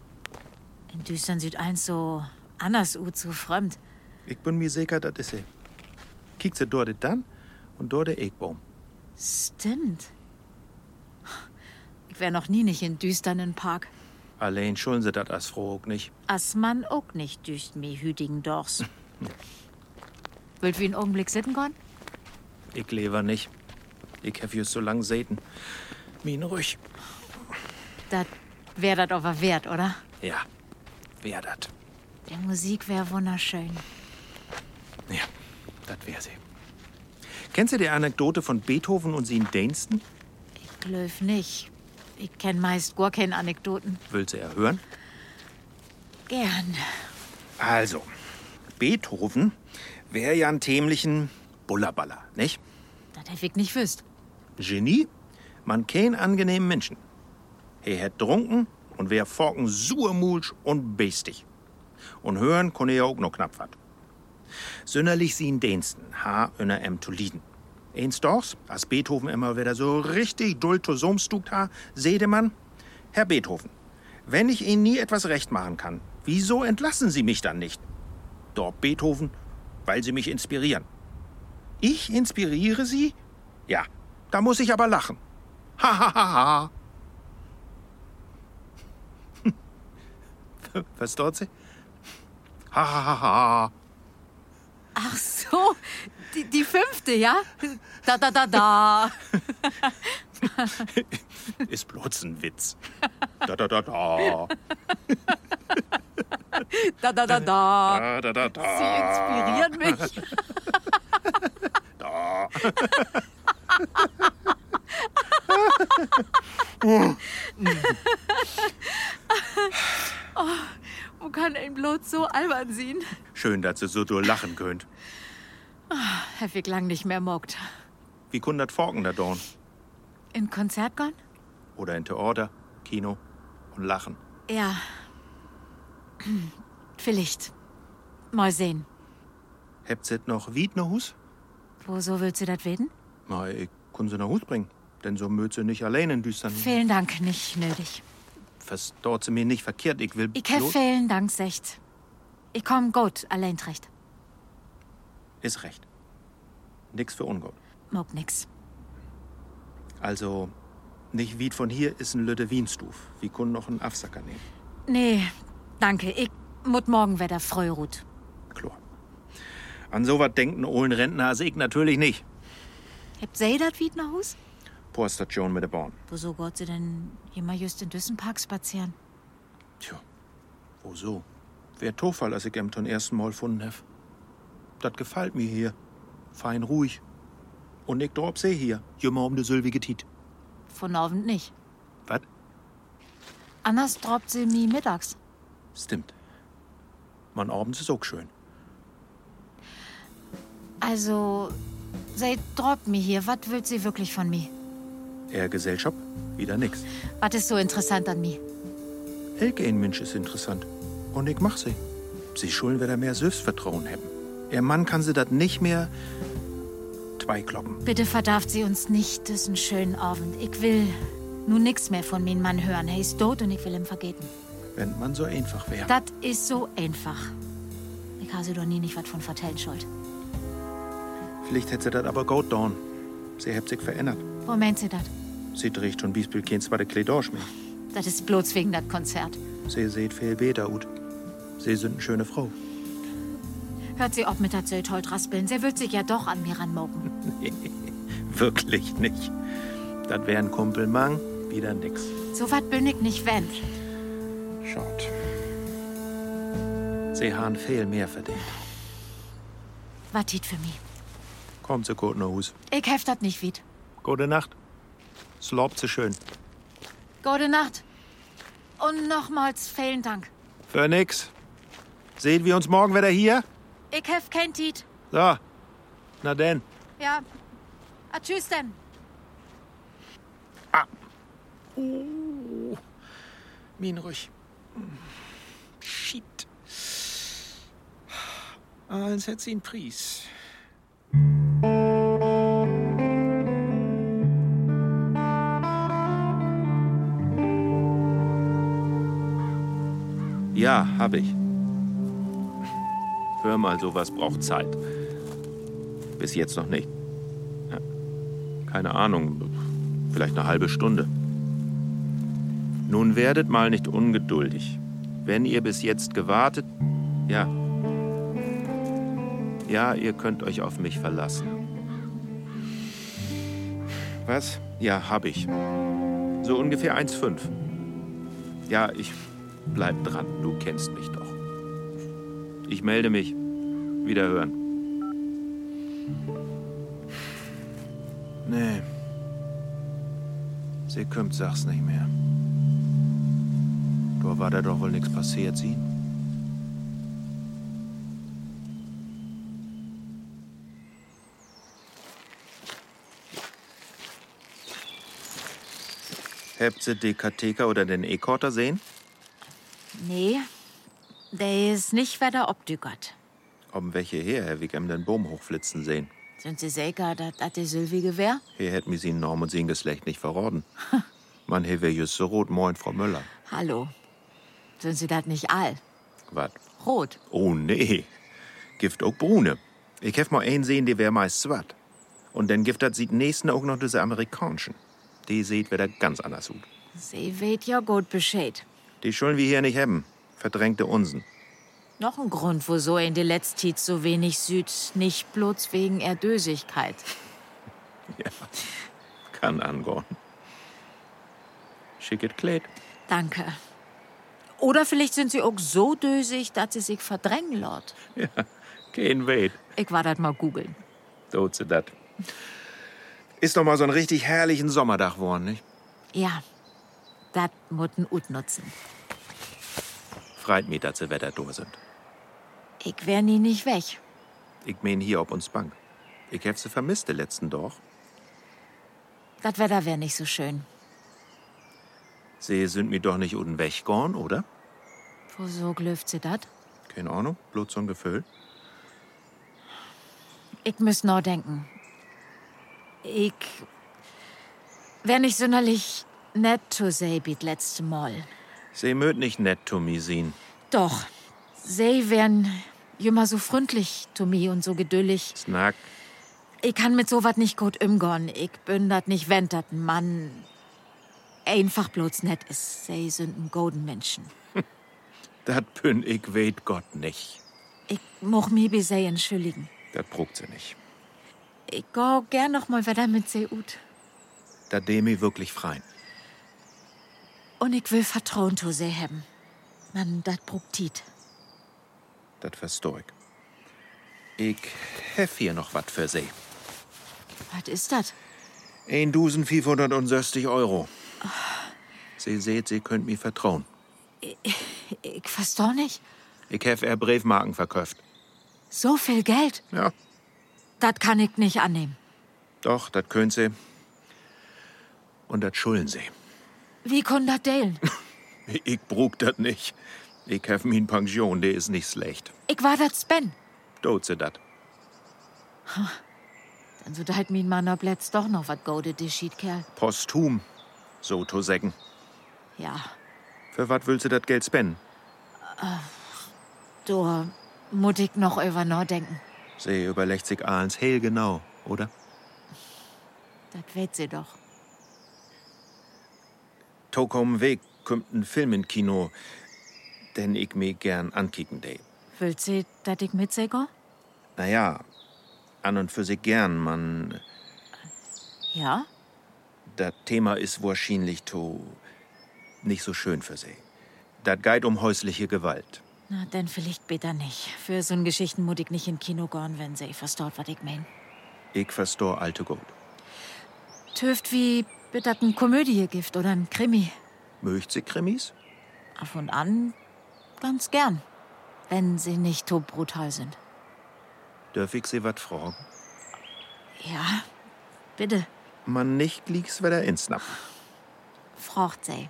[SPEAKER 1] In düstern sieht eins so anders u zu fremd.
[SPEAKER 3] Ich bin mir sicher, das ist sie. Kickst du dort dann und dort der Eckbaum.
[SPEAKER 1] Stimmt. Ich wär noch nie nicht in düsternen Park.
[SPEAKER 3] Allein schulden sie das als froh nicht.
[SPEAKER 1] As man auch nicht düst mi hüdigen Dorfs. Wollt wir einen Augenblick sitten gehen?
[SPEAKER 3] Ich lever nicht. Ich hab jüst so lang seten. Min ruhig.
[SPEAKER 1] Dat wär dat aber wert, oder?
[SPEAKER 3] Ja, wär dat.
[SPEAKER 1] Die Musik wär wunderschön.
[SPEAKER 3] Ja, das wär sie. Kennst du die Anekdote von Beethoven und sin Dänsten?
[SPEAKER 1] Ich glöf nicht. Ich kenn meist gar keine Anekdoten.
[SPEAKER 3] Willst du er hören?
[SPEAKER 1] Gern.
[SPEAKER 3] Also, Beethoven wär ja ein tämlichen Bullerballer, nicht?
[SPEAKER 1] Dat hätt ich nicht wüsst.
[SPEAKER 3] Genie, man kein angenehmen Menschen. Er hätt trunken und wär forken suermulsch und bestig. Und hören konne er auch noch knapp wat. Sünderlich sin Dänsten, ha öner em Toliden. Eins dochs, als Beethoven immer wieder so richtig dull to sumstukt ha, sehde man, Herr Beethoven, wenn ich Ihnen nie etwas recht machen kann, wieso entlassen Sie mich dann nicht? Dort Beethoven, weil Sie mich inspirieren. Ich inspiriere Sie? Ja, da muss ich aber lachen. Ha ha ha ha. Was dort sie? Ha ha ha ha.
[SPEAKER 1] Ach so, die, die fünfte, ja? Da, da, da, da.
[SPEAKER 3] Ist bloß ein Witz. Da da da da.
[SPEAKER 1] Da, da, da, da.
[SPEAKER 3] Da da da
[SPEAKER 1] Sie
[SPEAKER 3] da.
[SPEAKER 1] inspirieren mich. oh, man kann ihn bloß so albern sehen.
[SPEAKER 3] Schön, dass ihr so doll lachen könnt.
[SPEAKER 1] Hab ich lang nicht mehr mockt.
[SPEAKER 3] Wie kundert Forken da dorn?
[SPEAKER 1] In Konzert gehen?
[SPEAKER 3] Oder in Theater, Kino und lachen.
[SPEAKER 1] Ja. Vielleicht. Mal sehen.
[SPEAKER 3] Habt ihr noch Wied ne Hus?
[SPEAKER 1] Wieso willst du das werden?
[SPEAKER 3] Na, ich kun sie ne Hus bringen. Denn so mögt sie nicht allein in düstern.
[SPEAKER 1] Vielen Dank, nicht nötig.
[SPEAKER 3] Verstört sie mir nicht verkehrt. Ich will.
[SPEAKER 1] Ich hab
[SPEAKER 3] bloß-
[SPEAKER 1] vielen Dank, secht. Ich komm gut, allein recht.
[SPEAKER 3] Ist recht. Nix für ungut.
[SPEAKER 1] Mog nix.
[SPEAKER 3] Also, nicht Wied von hier ist ein Lütte Wienstuf. Wir können noch einen Afsacker nehmen.
[SPEAKER 1] Nee, danke. Ich mut morgen wieder freu ruht.
[SPEAKER 3] Klar. An sowas denken ohlen Rentner als ich natürlich nicht.
[SPEAKER 1] Hebt sie dat Wied nach Hus?
[SPEAKER 3] Poststation mit der Bahn.
[SPEAKER 1] Wieso geht sie denn immer just in Düssenpark spazieren?
[SPEAKER 3] Tja, wo so? Wär Tofall, als ich em ton ersten Mal gefunden hef. Dat gefällt mir hier. Fein ruhig. Und ich drop see hier. Jümmer um de sülwige Tiet.
[SPEAKER 1] Von Abend nicht.
[SPEAKER 3] Wat?
[SPEAKER 1] Anders droppt sie mi mittags.
[SPEAKER 3] Stimmt. Man abends ist auch schön.
[SPEAKER 1] Also, sie droppt mi hier. Was will sie wirklich von mi?
[SPEAKER 3] Er Gesellschaft, wieder nix.
[SPEAKER 1] Was ist so interessant an mi?
[SPEAKER 3] Elke in Münch ist interessant. Und ich mach sie. Sie schulden wieder mehr Selbstvertrauen haben. Ihr Mann kann sie dat nicht mehr zweikloppen.
[SPEAKER 1] Bitte verdarft sie uns nicht diesen schönen Abend. Ich will nun nix mehr von min Mann hören. Er ist tot und ich will ihm vergeten.
[SPEAKER 3] Wenn man so einfach wäre.
[SPEAKER 1] Das ist so einfach. Ich habe sie doch nie nicht was von vertellen, Schuld.
[SPEAKER 3] Vielleicht hätte sie dat aber gut down. Sie hat sich verändert.
[SPEAKER 1] Wo meint sie das?
[SPEAKER 3] Sie trägt schon Biesbühl kein zweite Kledorsch mehr.
[SPEAKER 1] Das ist bloß wegen dat Konzert.
[SPEAKER 3] Sie seht viel besser ut. Sie sind eine schöne Frau.
[SPEAKER 1] Hört sie ob mit dat Söld raspeln. Sie wird sich ja doch an mir ranmoken.
[SPEAKER 3] Wirklich nicht. Das wär ein Kumpel Mang, wieder nix.
[SPEAKER 1] So wat bin ich nicht, wenn.
[SPEAKER 3] Schaut. Sie haben viel mehr verdient.
[SPEAKER 1] Wat tit für mich.
[SPEAKER 3] Kommt zu gut nach Hus.
[SPEAKER 1] Ich heft dat nicht wit.
[SPEAKER 3] Gute Nacht. Slobt sie schön.
[SPEAKER 1] Gute Nacht. Und nochmals vielen Dank.
[SPEAKER 3] Für nix. Sehen wir uns morgen wieder hier?
[SPEAKER 1] Ich hef kein Tit.
[SPEAKER 3] So. Na denn.
[SPEAKER 1] Ja. A tschüss denn.
[SPEAKER 3] Min ruhig. Shit. Eins hat sie einen Preis. Ja, hab ich. Hör mal, sowas braucht Zeit. Bis jetzt noch nicht. Ja, Keine Ahnung, vielleicht eine halbe Stunde. Nun werdet mal nicht ungeduldig. Wenn ihr bis jetzt gewartet, ja. Ja, ihr könnt euch auf mich verlassen. Was? Ja, hab ich. So ungefähr 1,5. Ja, ich bleib dran. Du kennst mich doch. Ich melde mich. Wiederhören. Nee. Sie kommt, sag's nicht mehr. Da war da doch wohl nichts passiert, sie? Habt ihr die Kateka oder den E-Korter sehen?
[SPEAKER 1] Nee. Der ist nicht wer der Obdügert.
[SPEAKER 3] Ob welche her, Herr Wickham, den Boom hochflitzen sehen?
[SPEAKER 1] Sind Sie sicher, dass das die Sylvie wär?
[SPEAKER 3] Hier hätten wir sie in Norm und sie in Geschlecht nicht verraten. Man, hier wär just so rot, moin, Frau Müller.
[SPEAKER 1] Hallo. Sind Sie das nicht all?
[SPEAKER 3] Wat?
[SPEAKER 1] Rot.
[SPEAKER 3] Oh nee, Gift auch Brune. Ich hef mal einen sehen, der wär meist swat. Und dann Gift hat sieht nächsten auch noch diese amerikanischen. Die seht wer da ganz anders ut.
[SPEAKER 1] Sie weht ja gut Bescheid.
[SPEAKER 3] Die schulden wir hier nicht haben. Verdrängte Unsen.
[SPEAKER 1] Noch ein Grund, wieso in der Letztit so wenig Süd, nicht bloß wegen Erdösigkeit.
[SPEAKER 3] Kann angorn. Schicket Kleid.
[SPEAKER 1] Danke. Oder vielleicht sind sie auch so dösig, dass sie sich verdrängen lot.
[SPEAKER 3] Ja, kein Wait.
[SPEAKER 1] Ich war das mal googeln.
[SPEAKER 3] Doze dat. Ist doch mal so ein richtig herrlichen Sommerdach geworden, nicht?
[SPEAKER 1] Ja, das mutten ut nutzen.
[SPEAKER 3] Freit mich, dass sie Wetter dumm sind.
[SPEAKER 1] Ich wär nie nicht weg.
[SPEAKER 3] Ich mein hier ob uns Bank. Ich hab sie vermisst, die letzten doch.
[SPEAKER 1] Das Wetter wär nicht so schön.
[SPEAKER 3] Sie sind mir doch nicht unten weggegangen, oder?
[SPEAKER 1] Wieso glüft sie dat?
[SPEAKER 3] Keine Ahnung, bloß so ein Gefühl.
[SPEAKER 1] Ich müß noch denken. Ich wär nicht sonderlich nett zu Sabit letzte Mal.
[SPEAKER 3] Sie mögt nicht nett to mi sehen.
[SPEAKER 1] Doch, sie wären immer so freundlich zu mir und so geduldig.
[SPEAKER 3] Snack.
[SPEAKER 1] Ich kann mit sowas nicht gut umgehen. Ich bin dat nicht, wenn dat ein Mann einfach bloß nett ist. Sie sind ein golden Menschen.
[SPEAKER 3] Dat bin ich weet Gott nicht.
[SPEAKER 1] Ich moch mich bei sie entschuldigen.
[SPEAKER 3] Dat brugt sie nicht.
[SPEAKER 1] Ich geh gern noch mal wieder mit sie ut.
[SPEAKER 3] Da demi wirklich freien.
[SPEAKER 1] Und ich will Vertrauen zu sie haben. Man, dat brugt tit.
[SPEAKER 3] Dat verstor ich. Ich hef hier noch wat für sie.
[SPEAKER 1] Was ist dat?
[SPEAKER 3] 1560 Euro. Sie seht, sie könnt mir vertrauen.
[SPEAKER 1] Ich versteh nicht.
[SPEAKER 3] Ich hef er Briefmarken verkauft.
[SPEAKER 1] So viel Geld,
[SPEAKER 3] Ja,
[SPEAKER 1] dat kann ich nicht annehmen.
[SPEAKER 3] doch, dat könnt sie. Und dat schulden sie.
[SPEAKER 1] Wie kon dat delen?
[SPEAKER 3] Ich brug dat nicht. Ich hef mir Pension, der ist nicht schlecht.
[SPEAKER 1] Ich war dat Sven.
[SPEAKER 3] Doze dat.
[SPEAKER 1] Dann so halt mein Mann ob letzt doch noch wat gode schied, Kerl.
[SPEAKER 3] Posthum. So to säcken.
[SPEAKER 1] Ja,
[SPEAKER 3] Für wat willst du dat Geld spenden?
[SPEAKER 1] du muss ich noch über nachdenken.
[SPEAKER 3] Sie überlegt sich ahns hell genau, oder?
[SPEAKER 1] Das weet sie doch.
[SPEAKER 3] Tokom Weg kommt ein Film in Kino, den ich mir gern ankicken dä.
[SPEAKER 1] Will sie, dass ich mit sie gehe?
[SPEAKER 3] Naja, an und für sich gern, man.
[SPEAKER 1] Ja?
[SPEAKER 3] Das Thema ist wahrscheinlich to nicht so schön für Sie. Das geht um häusliche Gewalt.
[SPEAKER 1] Na, dann vielleicht bitte nicht. Für so'n Geschichten muss ich nicht in Kino gehen, wenn sie verstaut, was ich mein.
[SPEAKER 3] Ich verstor alte Gold.
[SPEAKER 1] Töft wie bitterten Komödie gift oder ein Krimi.
[SPEAKER 3] Möcht Sie Krimis?
[SPEAKER 1] Auf und an ganz gern. Wenn sie nicht to brutal sind.
[SPEAKER 3] Dörf ich Sie wat fragen?
[SPEAKER 1] Ja, bitte.
[SPEAKER 3] Man nicht liegt's wieder ins Napp.
[SPEAKER 1] Fraucht sie.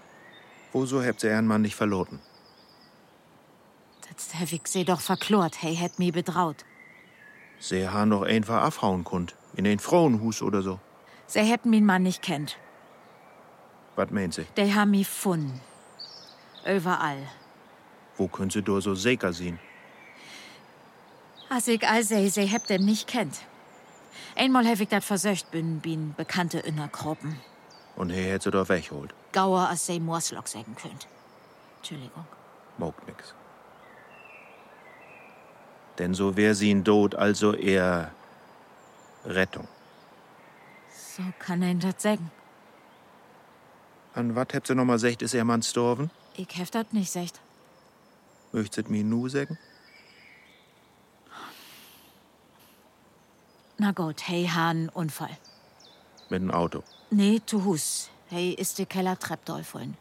[SPEAKER 3] Woso habt ihr Herrn Mann nicht verloren?
[SPEAKER 1] Das hab ich sie doch verklort. Hey, hätt mi betraut.
[SPEAKER 3] Sie haben doch einfach abhauen kund. In den Frauenhus oder so.
[SPEAKER 1] Sie hätten min Mann nicht kennt.
[SPEAKER 3] Was meint Sie?
[SPEAKER 1] Der haben mi fun. Überall.
[SPEAKER 3] Wo können Sie doch so sicher sehen?
[SPEAKER 1] As ich all sei, sie hätt dem nicht kennt. Einmal hab ich dat versöcht, bin, bin bekannte Innergruppen.
[SPEAKER 3] Und hier hätt sie doch wegholt.
[SPEAKER 1] Gauer, als sie Morslock sagen könnt. Entschuldigung.
[SPEAKER 3] Mogt nix. Denn so wär sie in Tod, also eher Rettung.
[SPEAKER 1] So kann ein dat sagen.
[SPEAKER 3] An wat habt ihr nochmal secht, ist ihr Mann storven?
[SPEAKER 1] Ich hef dat nicht secht.
[SPEAKER 3] Möchtet mir nu sagen?
[SPEAKER 1] Na gut, hey, han Unfall.
[SPEAKER 3] Mit dem Auto.
[SPEAKER 1] Nee, zu Hus. Hey, ist de Keller treppdolfuln.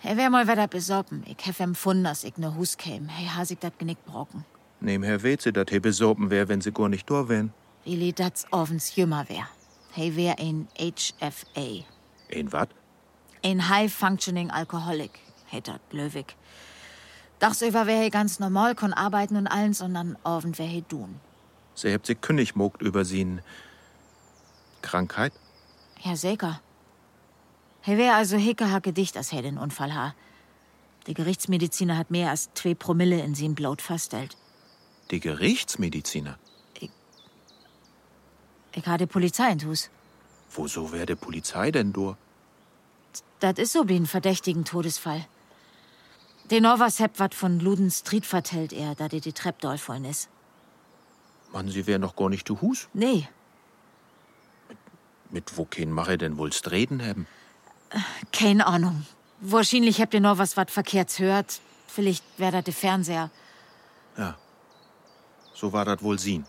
[SPEAKER 1] Hey, wär mal wieder besoppen. Ich hef empfunden, dass ich ne Hus käm. Hey, hasig dat Genick brocken.
[SPEAKER 3] Nebenher weht sie, dat he besopen wär, wenn sie gar nicht da wären.
[SPEAKER 1] Willi, dat's ovens jümmer wär. Hey, wär ein HFA.
[SPEAKER 3] In wat?
[SPEAKER 1] Ein High-Functioning Alcoholic, hätte dat Löwig. Dachsüber wär he ganz normal, kon arbeiten und allen, sondern ovend wär he dun.
[SPEAKER 3] Sie habt sie kündig mogt über sie'n Krankheit?
[SPEAKER 1] Ja, sicher. He wär also hickehacke dicht, als he den Unfall ha. Der Gerichtsmediziner hat mehr als zwei Promille in sie'n Blut feststellt.
[SPEAKER 3] Die Gerichtsmediziner?
[SPEAKER 1] Ich hatte Polizei in Hus.
[SPEAKER 3] Woso wär de Polizei denn do?
[SPEAKER 1] Dat is so wie ein verdächtigen Todesfall. Den Novas hebt wat von Luden Street vertellt er, da die die Trepp dolvollen is.
[SPEAKER 3] Mann, sie wär noch gar nicht zu Hus.
[SPEAKER 1] Nee,
[SPEAKER 3] Mit wo kein mache denn wohlst reden haben?
[SPEAKER 1] keine Ahnung. Wahrscheinlich hebt ihr Novas wat verkehrts hört. Vielleicht wär dat de Fernseher.
[SPEAKER 3] Ja. So war dat wohl sie'n.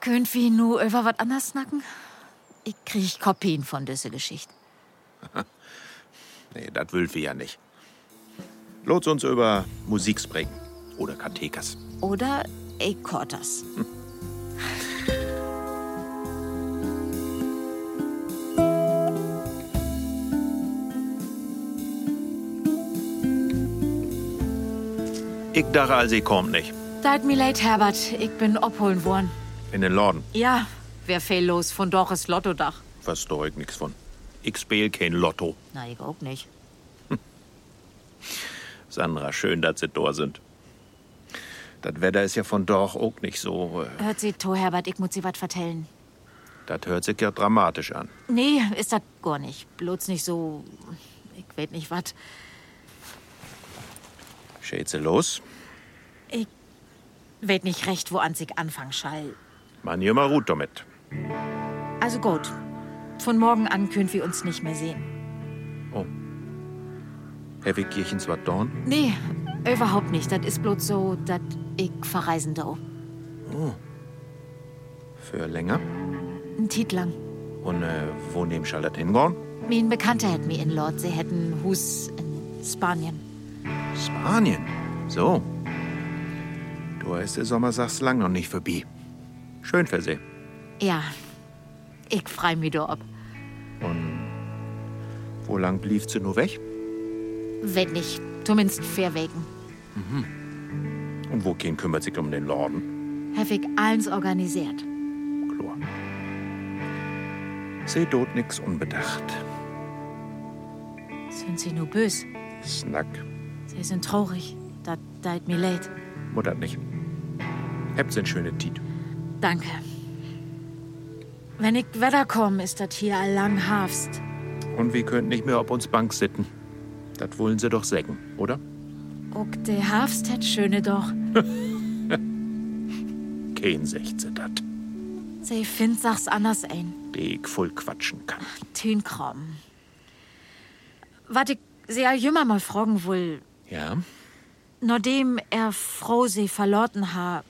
[SPEAKER 1] Könnt wir nu über wat anders snacken? Ich krieg Kopien von diese Geschichte.
[SPEAKER 3] Nee, dat will wir ja nicht. Lots uns über Musik sprechen. Oder Kathekas.
[SPEAKER 1] Oder ich kortas.
[SPEAKER 3] Ich dachte, als sie kommt nicht.
[SPEAKER 1] Deit mir leid, Herbert. Ich bin obholen worden.
[SPEAKER 3] In den Laden.
[SPEAKER 1] Ja, wer fehl los von Doris Lottodach?
[SPEAKER 3] Versteh ich nix von. Ich spiel kein Lotto.
[SPEAKER 1] Na, ich auch nicht.
[SPEAKER 3] Sandra, schön, dass sie da sind. Das Wetter ist ja von doch auch nicht so. äh,
[SPEAKER 1] Hört sie, to Herbert, ich muss sie wat vertellen.
[SPEAKER 3] Das hört sich ja dramatisch an.
[SPEAKER 1] Nee, ist das gar nicht. Bloß nicht so. Ich weet nicht wat.
[SPEAKER 3] Schätzt sie los.
[SPEAKER 1] Ich weet nicht recht, wo an sich anfangen schall.
[SPEAKER 3] Man hier mal gut damit.
[SPEAKER 1] Also gut. Von morgen an können wir uns nicht mehr sehen.
[SPEAKER 3] Heavy Kirchens war Dorn.
[SPEAKER 1] Nee, überhaupt nicht. Das ist bloß so, dass ich verreisen darf.
[SPEAKER 3] Für länger.
[SPEAKER 1] Ein Tiet lang.
[SPEAKER 3] Und äh, wo nehmen soll das hingehen?
[SPEAKER 1] Mein Bekannter hätte mir in Lord, sie hätten Hus in Spanien.
[SPEAKER 3] Spanien. So. Du ist der Sommer, sagst lang noch nicht vorbei. Schön für sie.
[SPEAKER 1] Ja, ich freu mich da ob.
[SPEAKER 3] Und wo lang blieb sie nur weg?
[SPEAKER 1] Wenn nicht, zumindest fair wegen.
[SPEAKER 3] Und wo kein kümmert sich um den Laden?
[SPEAKER 1] Hab ich alles organisiert.
[SPEAKER 3] Chlor. Sie tut nix unbedacht.
[SPEAKER 1] Sind sie nur bös?
[SPEAKER 3] Snack.
[SPEAKER 1] Sie sind traurig. Das teilt mir leid.
[SPEAKER 3] Mutter nicht. Habt ein schöne Tiet.
[SPEAKER 1] Danke. Wenn ich Wetter komm, ist das hier all lang hafst.
[SPEAKER 3] Und wir könnten nicht mehr ob uns Bank sitten. Das wollen sie doch säcken, oder?
[SPEAKER 1] Uck, der Hafst hätt schöne doch.
[SPEAKER 3] Kein Sechze dat.
[SPEAKER 1] Sie find sachs anders ein.
[SPEAKER 3] die ich voll quatschen kann.
[SPEAKER 1] Tünkram. Wat ich Sie all jümmer mal fragen will,
[SPEAKER 3] Ja?
[SPEAKER 1] nachdem er Frau Sie verloren ha,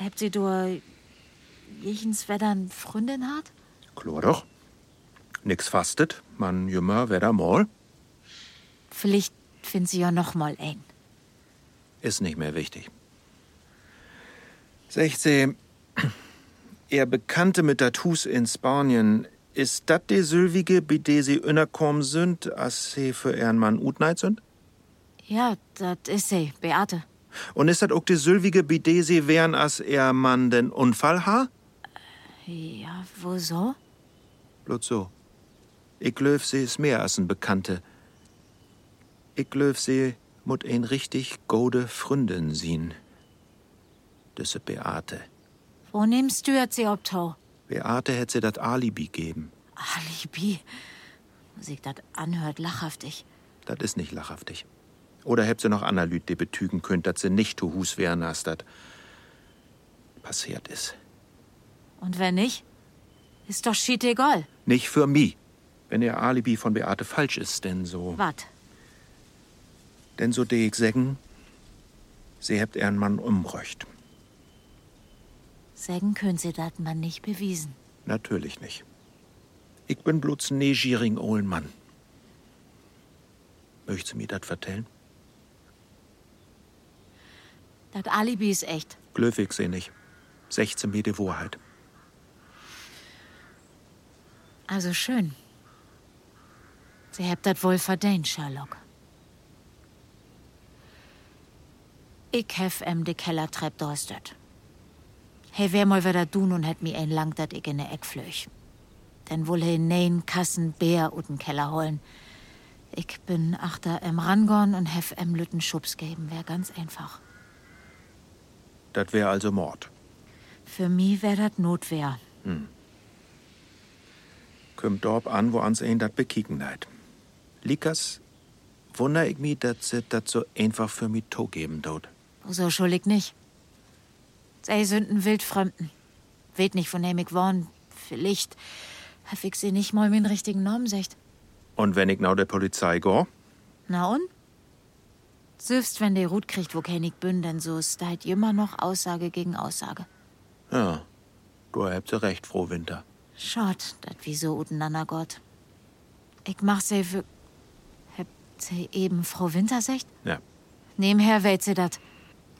[SPEAKER 1] habt Sie durch jechens Weddern Freundin hat?
[SPEAKER 3] Klar doch. Nix fastet, man jümmer werder mal.
[SPEAKER 1] Vielleicht find Sie ja noch mal ein.
[SPEAKER 3] Ist nicht mehr wichtig. 16. Er Bekannte mit Tattoos in Spanien. Ist dat de Sylvige, bi de sie innerkommen sind, as sie für ihren Mann utneid sind?
[SPEAKER 1] Ja, dat is sie, Beate.
[SPEAKER 3] Und ist dat ook de Sylvige, bi de sie wären, as ihr Mann den Unfall ha?
[SPEAKER 1] Ja, wo so?
[SPEAKER 3] Bloß so. Ich löf sie is mehr als ein Bekannte. Ich löf sie mut ein richtig gode Fründin sien. Düsse Beate.
[SPEAKER 1] Wo nimmst du jetzt sie Obtau?
[SPEAKER 3] Beate hätt sie dat Alibi geben.
[SPEAKER 1] Alibi. Musik dat anhört, lachhaftig.
[SPEAKER 3] Das ist nicht lachhaftig. Oder habt ihr noch Analyt, die betügen könnt, dass sie nicht zu Hus wären, als das passiert ist.
[SPEAKER 1] Und wenn nicht, ist doch schied egal.
[SPEAKER 3] Nicht für mich, wenn ihr Alibi von Beate falsch ist, denn so.
[SPEAKER 1] Wat?
[SPEAKER 3] Denn so de ich sägen, sie habt ihren Mann umröcht.
[SPEAKER 1] Sägen können sie dat man nicht bewiesen.
[SPEAKER 3] Natürlich nicht. Ich bin bloß ein negierigen ohlen Mann. Möchtest du mir das vertellen?
[SPEAKER 1] Dat Alibi ist echt.
[SPEAKER 3] Glöfig sie nicht. 16 Meter Wahrheit.
[SPEAKER 1] Also schön. Sie habt dat wohl verdient, Sherlock. Ich hef em de Kellertrepp däustert. Hey, wer mal wieder tun und hätt mi ein lang, dat ich in ne Eck flöch. Denn wohl he nein Kassen Bär und den Keller holen. Ich bin achter em Rangon und hef em Lütten Schubs geben, wär ganz einfach.
[SPEAKER 3] Das wäre also Mord.
[SPEAKER 1] Für mi wär dat Notwehr.
[SPEAKER 3] Kümmt dorp an, wo ans ein dat bekicken leid. Likas, wunder ich mi, dat se dat so einfach für mi togeben dort.
[SPEAKER 1] So schuldig nicht. Sei Sünden wildfremden. Weht nicht von Hemig Worn. Vielleicht hab ich sie nicht mal mit den richtigen Namen secht.
[SPEAKER 3] Und wenn ich nau der Polizei go,
[SPEAKER 1] Na und? Selbst wenn der Rut kriegt, wo Hennig bin, denn so ist halt immer noch Aussage gegen Aussage.
[SPEAKER 3] ja, du habt se recht, froh Winter.
[SPEAKER 1] Schad, dat wieso uteinander Gott. Ich mach sie für. Habt sie eben Frau Wintersecht?
[SPEAKER 3] Ja.
[SPEAKER 1] Nebenher wählt sie dat.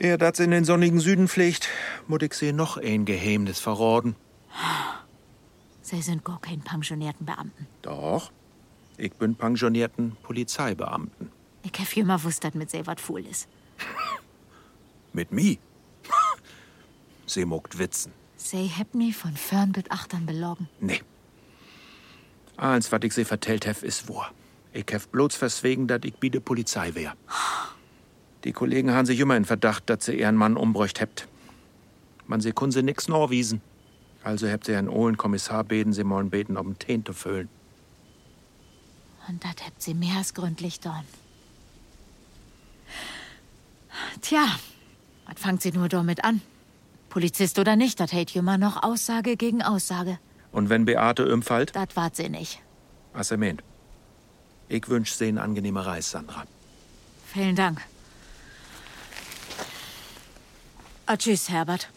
[SPEAKER 3] Ehe dat se in den sonnigen Süden pflegt, mut ich se noch ein Geheimnis verraten.
[SPEAKER 1] Sie sind gar kein pensionierten Beamten.
[SPEAKER 3] Doch, ich bin pensionierten Polizeibeamten.
[SPEAKER 1] Ich hab immer wusst, dat mit sie wat fuhl ist.
[SPEAKER 3] Mit mi. se mogt witzen.
[SPEAKER 1] Sie hebt mich von fern bis achtern belogen.
[SPEAKER 3] Nee. Alles, was ich sie vertellt hef, ist wahr. Ich hef bloß verswegen, dass ich biede Polizei wär. Die Kollegen haben sich immer in Verdacht, dass sie ihren Mann umbröcht hebt. Man sie kun sie nix norwiesen. Also hebt sie einen ohlen Kommissar beten, sie mollen beten, um einen Teen zu füllen.
[SPEAKER 1] Und dat hebt sie mehr als gründlich dorn. Tja, was fangt sie nur damit an? Polizist oder nicht, dat hält immer noch Aussage gegen Aussage.
[SPEAKER 3] Und wenn Beate umfällt,
[SPEAKER 1] Dat wart sie nicht.
[SPEAKER 3] was er meint. Ich wünsch sie eine angenehme Reis, Sandra.
[SPEAKER 1] Vielen Dank. Ah, tschüss, Herbert.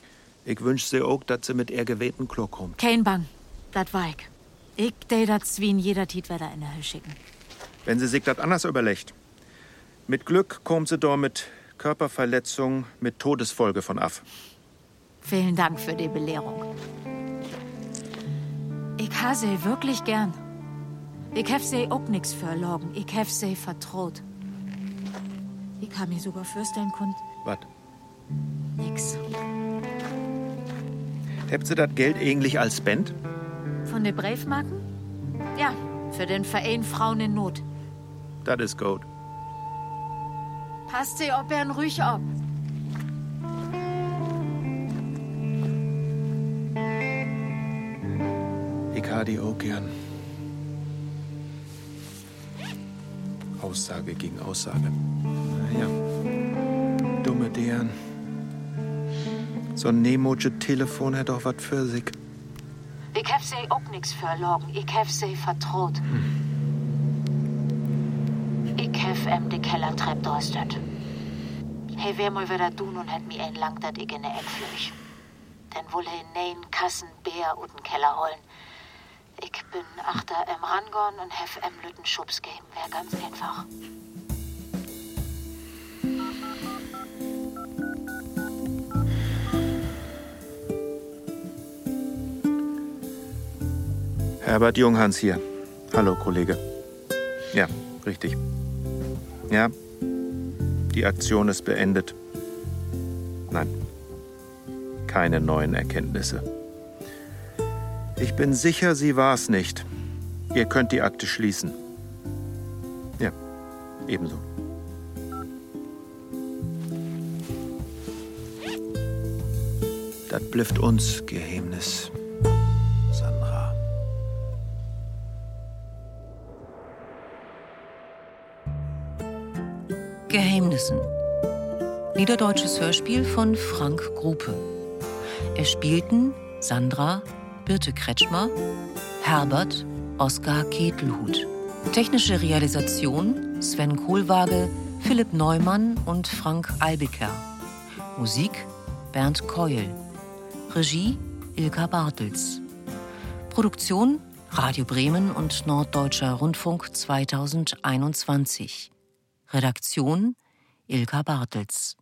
[SPEAKER 3] Ich wünsch sie auch, dass sie mit ihr gewählten Klo kommt.
[SPEAKER 1] Kein Bang. Dat war ich. Ich dei dat Zwien jeder Tietwetter in der Höhe schicken.
[SPEAKER 3] wenn sie sich das anders überlegt. Mit Glück kommt sie dort mit Körperverletzung mit Todesfolge von af.
[SPEAKER 1] Vielen Dank für die Belehrung. Ich habe sie wirklich gern. Ich habe sie auch nichts verlogen. Ich habe sie vertraut. Ich habe mir sogar fürstellen können.
[SPEAKER 3] Was?
[SPEAKER 1] Nix.
[SPEAKER 3] Habt sie das Geld eigentlich als Band?
[SPEAKER 1] Von den Briefmarken? Ja, für den Verein Frauen in Not.
[SPEAKER 3] Das ist gut.
[SPEAKER 1] Passt sie, ob er ein Rüch ob.
[SPEAKER 3] Ich ha die auch gern. Aussage gegen Aussage. Naja, dumme Deren. So ein nemotsche Telefon hat doch was für sich.
[SPEAKER 1] Ich hab sie auch nix verlogen. Ich hab sie vertraut. Ich hab em de Kellertrepp durchstört. Hey, wer mal wieder tun und hat mir entlangt, dass ich in der Eck flüch. Denn wohl he nein Kassen, Bär und den Keller holen. Ich bin achter em rangon und hef em lütten Schubs geben. Wär ganz einfach.
[SPEAKER 3] Herbert Junghans hier. Hallo, Kollege. Ja, richtig. Ja, die Aktion ist beendet. Nein, keine neuen Erkenntnisse. Ich bin sicher, sie war es nicht. Ihr könnt die Akte schließen. Ja, ebenso. Das blifft uns Geheimnis, Sandra.
[SPEAKER 2] Geheimnissen. Niederdeutsches Hörspiel von Frank Grupe. Es spielten Sandra, Birte Kretschmer, Herbert, Oskar Ketelhut. Technische Realisation Sven Kohlwaage, Philipp Neumann und Frank Albecker. Musik Bernd Keul. Regie Ilka Bartels. Produktion Radio Bremen und Norddeutscher Rundfunk 2021. Redaktion Ilka Bartels.